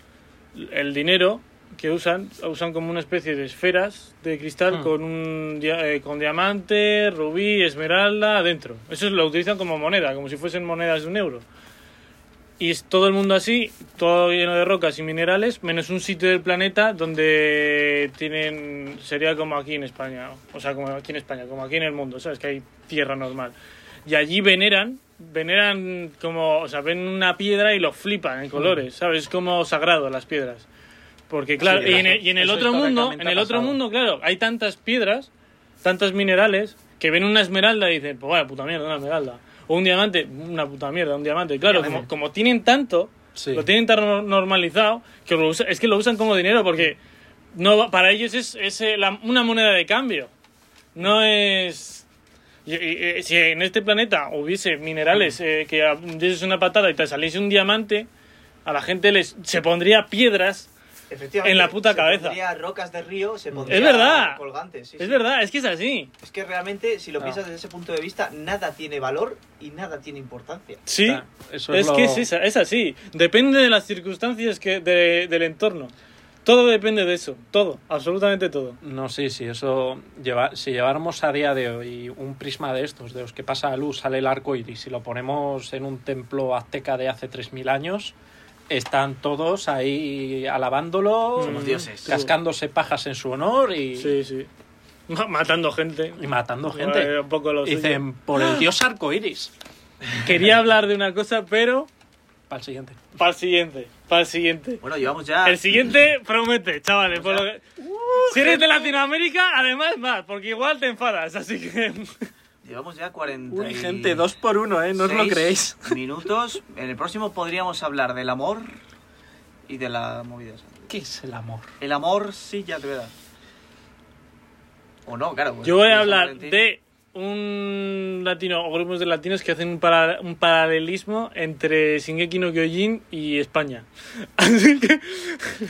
C: el dinero que usan, usan como una especie de esferas de cristal
A: Hmm.
C: con, un, dia- eh, con diamante, rubí, esmeralda adentro. Eso lo utilizan como moneda, como si fuesen monedas de un euro. Y es todo el mundo así, todo lleno de rocas y minerales, menos un sitio del planeta donde tienen. Sería como aquí en España, o sea, como aquí en España, como aquí en el mundo, ¿sabes? Que hay tierra normal. Y allí veneran, veneran como. O sea, ven una piedra y lo flipan en colores, ¿sabes? Es como sagrado las piedras. Porque, claro,
A: Mm. Sí,
C: y en,
A: claro.
C: y en el
A: Eso
C: otro mundo,
A: históricamente
C: en el
A: ha
C: otro
A: pasado.
C: mundo, claro, hay tantas piedras, tantos minerales, que ven una esmeralda y dicen, pues vaya puta mierda, una esmeralda. O un diamante, una puta mierda, un diamante. Claro, como, como tienen tanto,
A: Sí.
C: lo tienen tan nor- normalizado, que lo usa- es que lo usan como dinero porque no va- para ellos es, es, eh, la- una moneda de cambio. No es... y- y- y si en este planeta hubiese minerales eh, que a- dieses una patada y te saliese un diamante, a la gente les, se pondría piedras
B: Efectivamente.
C: En la puta
B: se
C: cabeza. Mm.
B: pondría rocas de río, se pondría
C: verdad.
B: colgantes. sí,
C: Es
B: sí.
C: verdad, Ah. es que es así.
B: Es que realmente, si lo
A: No.
B: piensas desde ese punto de vista, nada tiene valor y nada tiene importancia.
C: Sí.
A: Claro, eso
C: es
A: lo-
C: que es, esa- es así. Depende de las circunstancias que de- del entorno. Todo depende de eso. Todo. Absolutamente todo.
A: No, sí, sí, eso. Lleva, si lleváramos a día de hoy un prisma de estos, de los que pasa la luz, sale el arco iris, y lo ponemos en un templo azteca de hace 3.000 años, están todos ahí alabándolo,
B: Somos
C: Mm,
B: dioses.
A: cascándose pajas en su honor y,
C: Sí, sí. Ma- Matando gente.
A: y matando
C: Eh,
A: gente.
C: un poco lo suyo.
A: Dicen, por el dios arco iris.
C: Quería hablar de una cosa, pero
A: Para el siguiente.
C: para el siguiente. Para el siguiente.
B: Bueno, llevamos
A: Ah.
B: ya.
C: El siguiente promete, chavales. por lo que- si eres
A: uh,
C: de Latinoamérica, además más, porque igual te enfadas. Así que.
B: Llevamos ya 40.
A: Uy,
B: y
A: gente, dos por uno, ¿eh? No os lo
B: seis
A: creéis.
B: Minutos. En el próximo podríamos hablar del amor y de la movida. esa.
A: ¿Qué es el amor?
B: El amor, sí, ya te voy a dar. O no, claro.
C: Yo voy
B: San
C: a hablar
B: Pues, Valentín.
C: de un latino o grupos de latinos que hacen un, para- un paralelismo entre Shingeki no Kyojin y España. Así que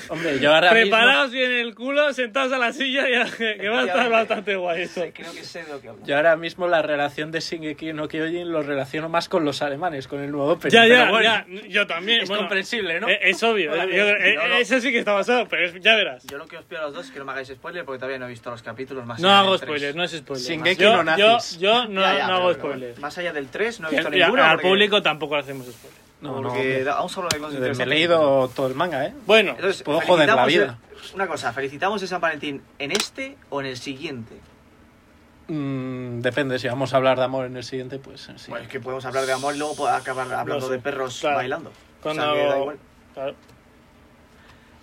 A: Hombre, yo ahora mismo-
C: preparaos bien el culo, sentados a la silla y a- que va a estar bastante guay eso.
B: Creo que sé de lo que hablo.
A: Yo ahora mismo la relación de Shingeki no Kyojin lo relaciono más con los alemanes, con el nuevo Perú.
C: Ya, ya,
A: Pero bueno,
C: ya. Yo también.
A: Es
C: bueno,
A: comprensible, ¿no?
C: eh, Es, obvio.
B: Hola,
C: eh,
B: bien.
C: yo- eh,
B: No, no.
C: Eso sí que está basado, pero es- ya verás.
B: Yo lo que os pido a los dos es que no me hagáis spoiler porque todavía no he visto los capítulos más
C: No
B: allá
C: hago
B: del tres.
C: spoilers, no es spoiler.
A: Shingeki
C: yo,
A: no
C: yo,
A: nazis.
C: yo no,
B: Ya, ya,
C: no
B: pero
C: hago
B: bueno,
C: spoilers.
B: Más allá del 3 no he visto
C: Y- y a-
B: ninguno.
C: al
B: porque-
C: público tampoco le hacemos spoilers.
A: No, no.
B: porque da- vamos a hablar de cosas
A: Me he
B: interesantes.
A: leído todo el manga, ¿eh?
C: Bueno,
B: Entonces,
A: Puedo joder la
B: felicitamos el- Una cosa, ¿felicitamos a San Valentín en este o en el siguiente?
A: Mm, depende, si vamos a hablar de amor en el siguiente, pues sí.
B: Bueno, es que podemos hablar de amor y luego po- acabar hablando
C: No sé,
B: de perros
C: claro.
B: bailando.
C: Cuando-
B: O sea, que da igual.
C: claro,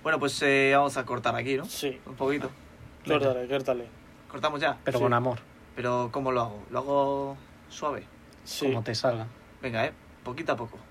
B: Bueno, pues eh, vamos a cortar aquí, ¿no?
C: sí.
B: Un poquito.
C: Ah. Córtale, córtale.
B: Cortamos ya.
A: Pero
C: sí.
A: con amor,
B: Pero ¿cómo lo hago? Lo hago suave.
C: Sí.
A: como te salga.
B: Venga, eh. Poquito a poco.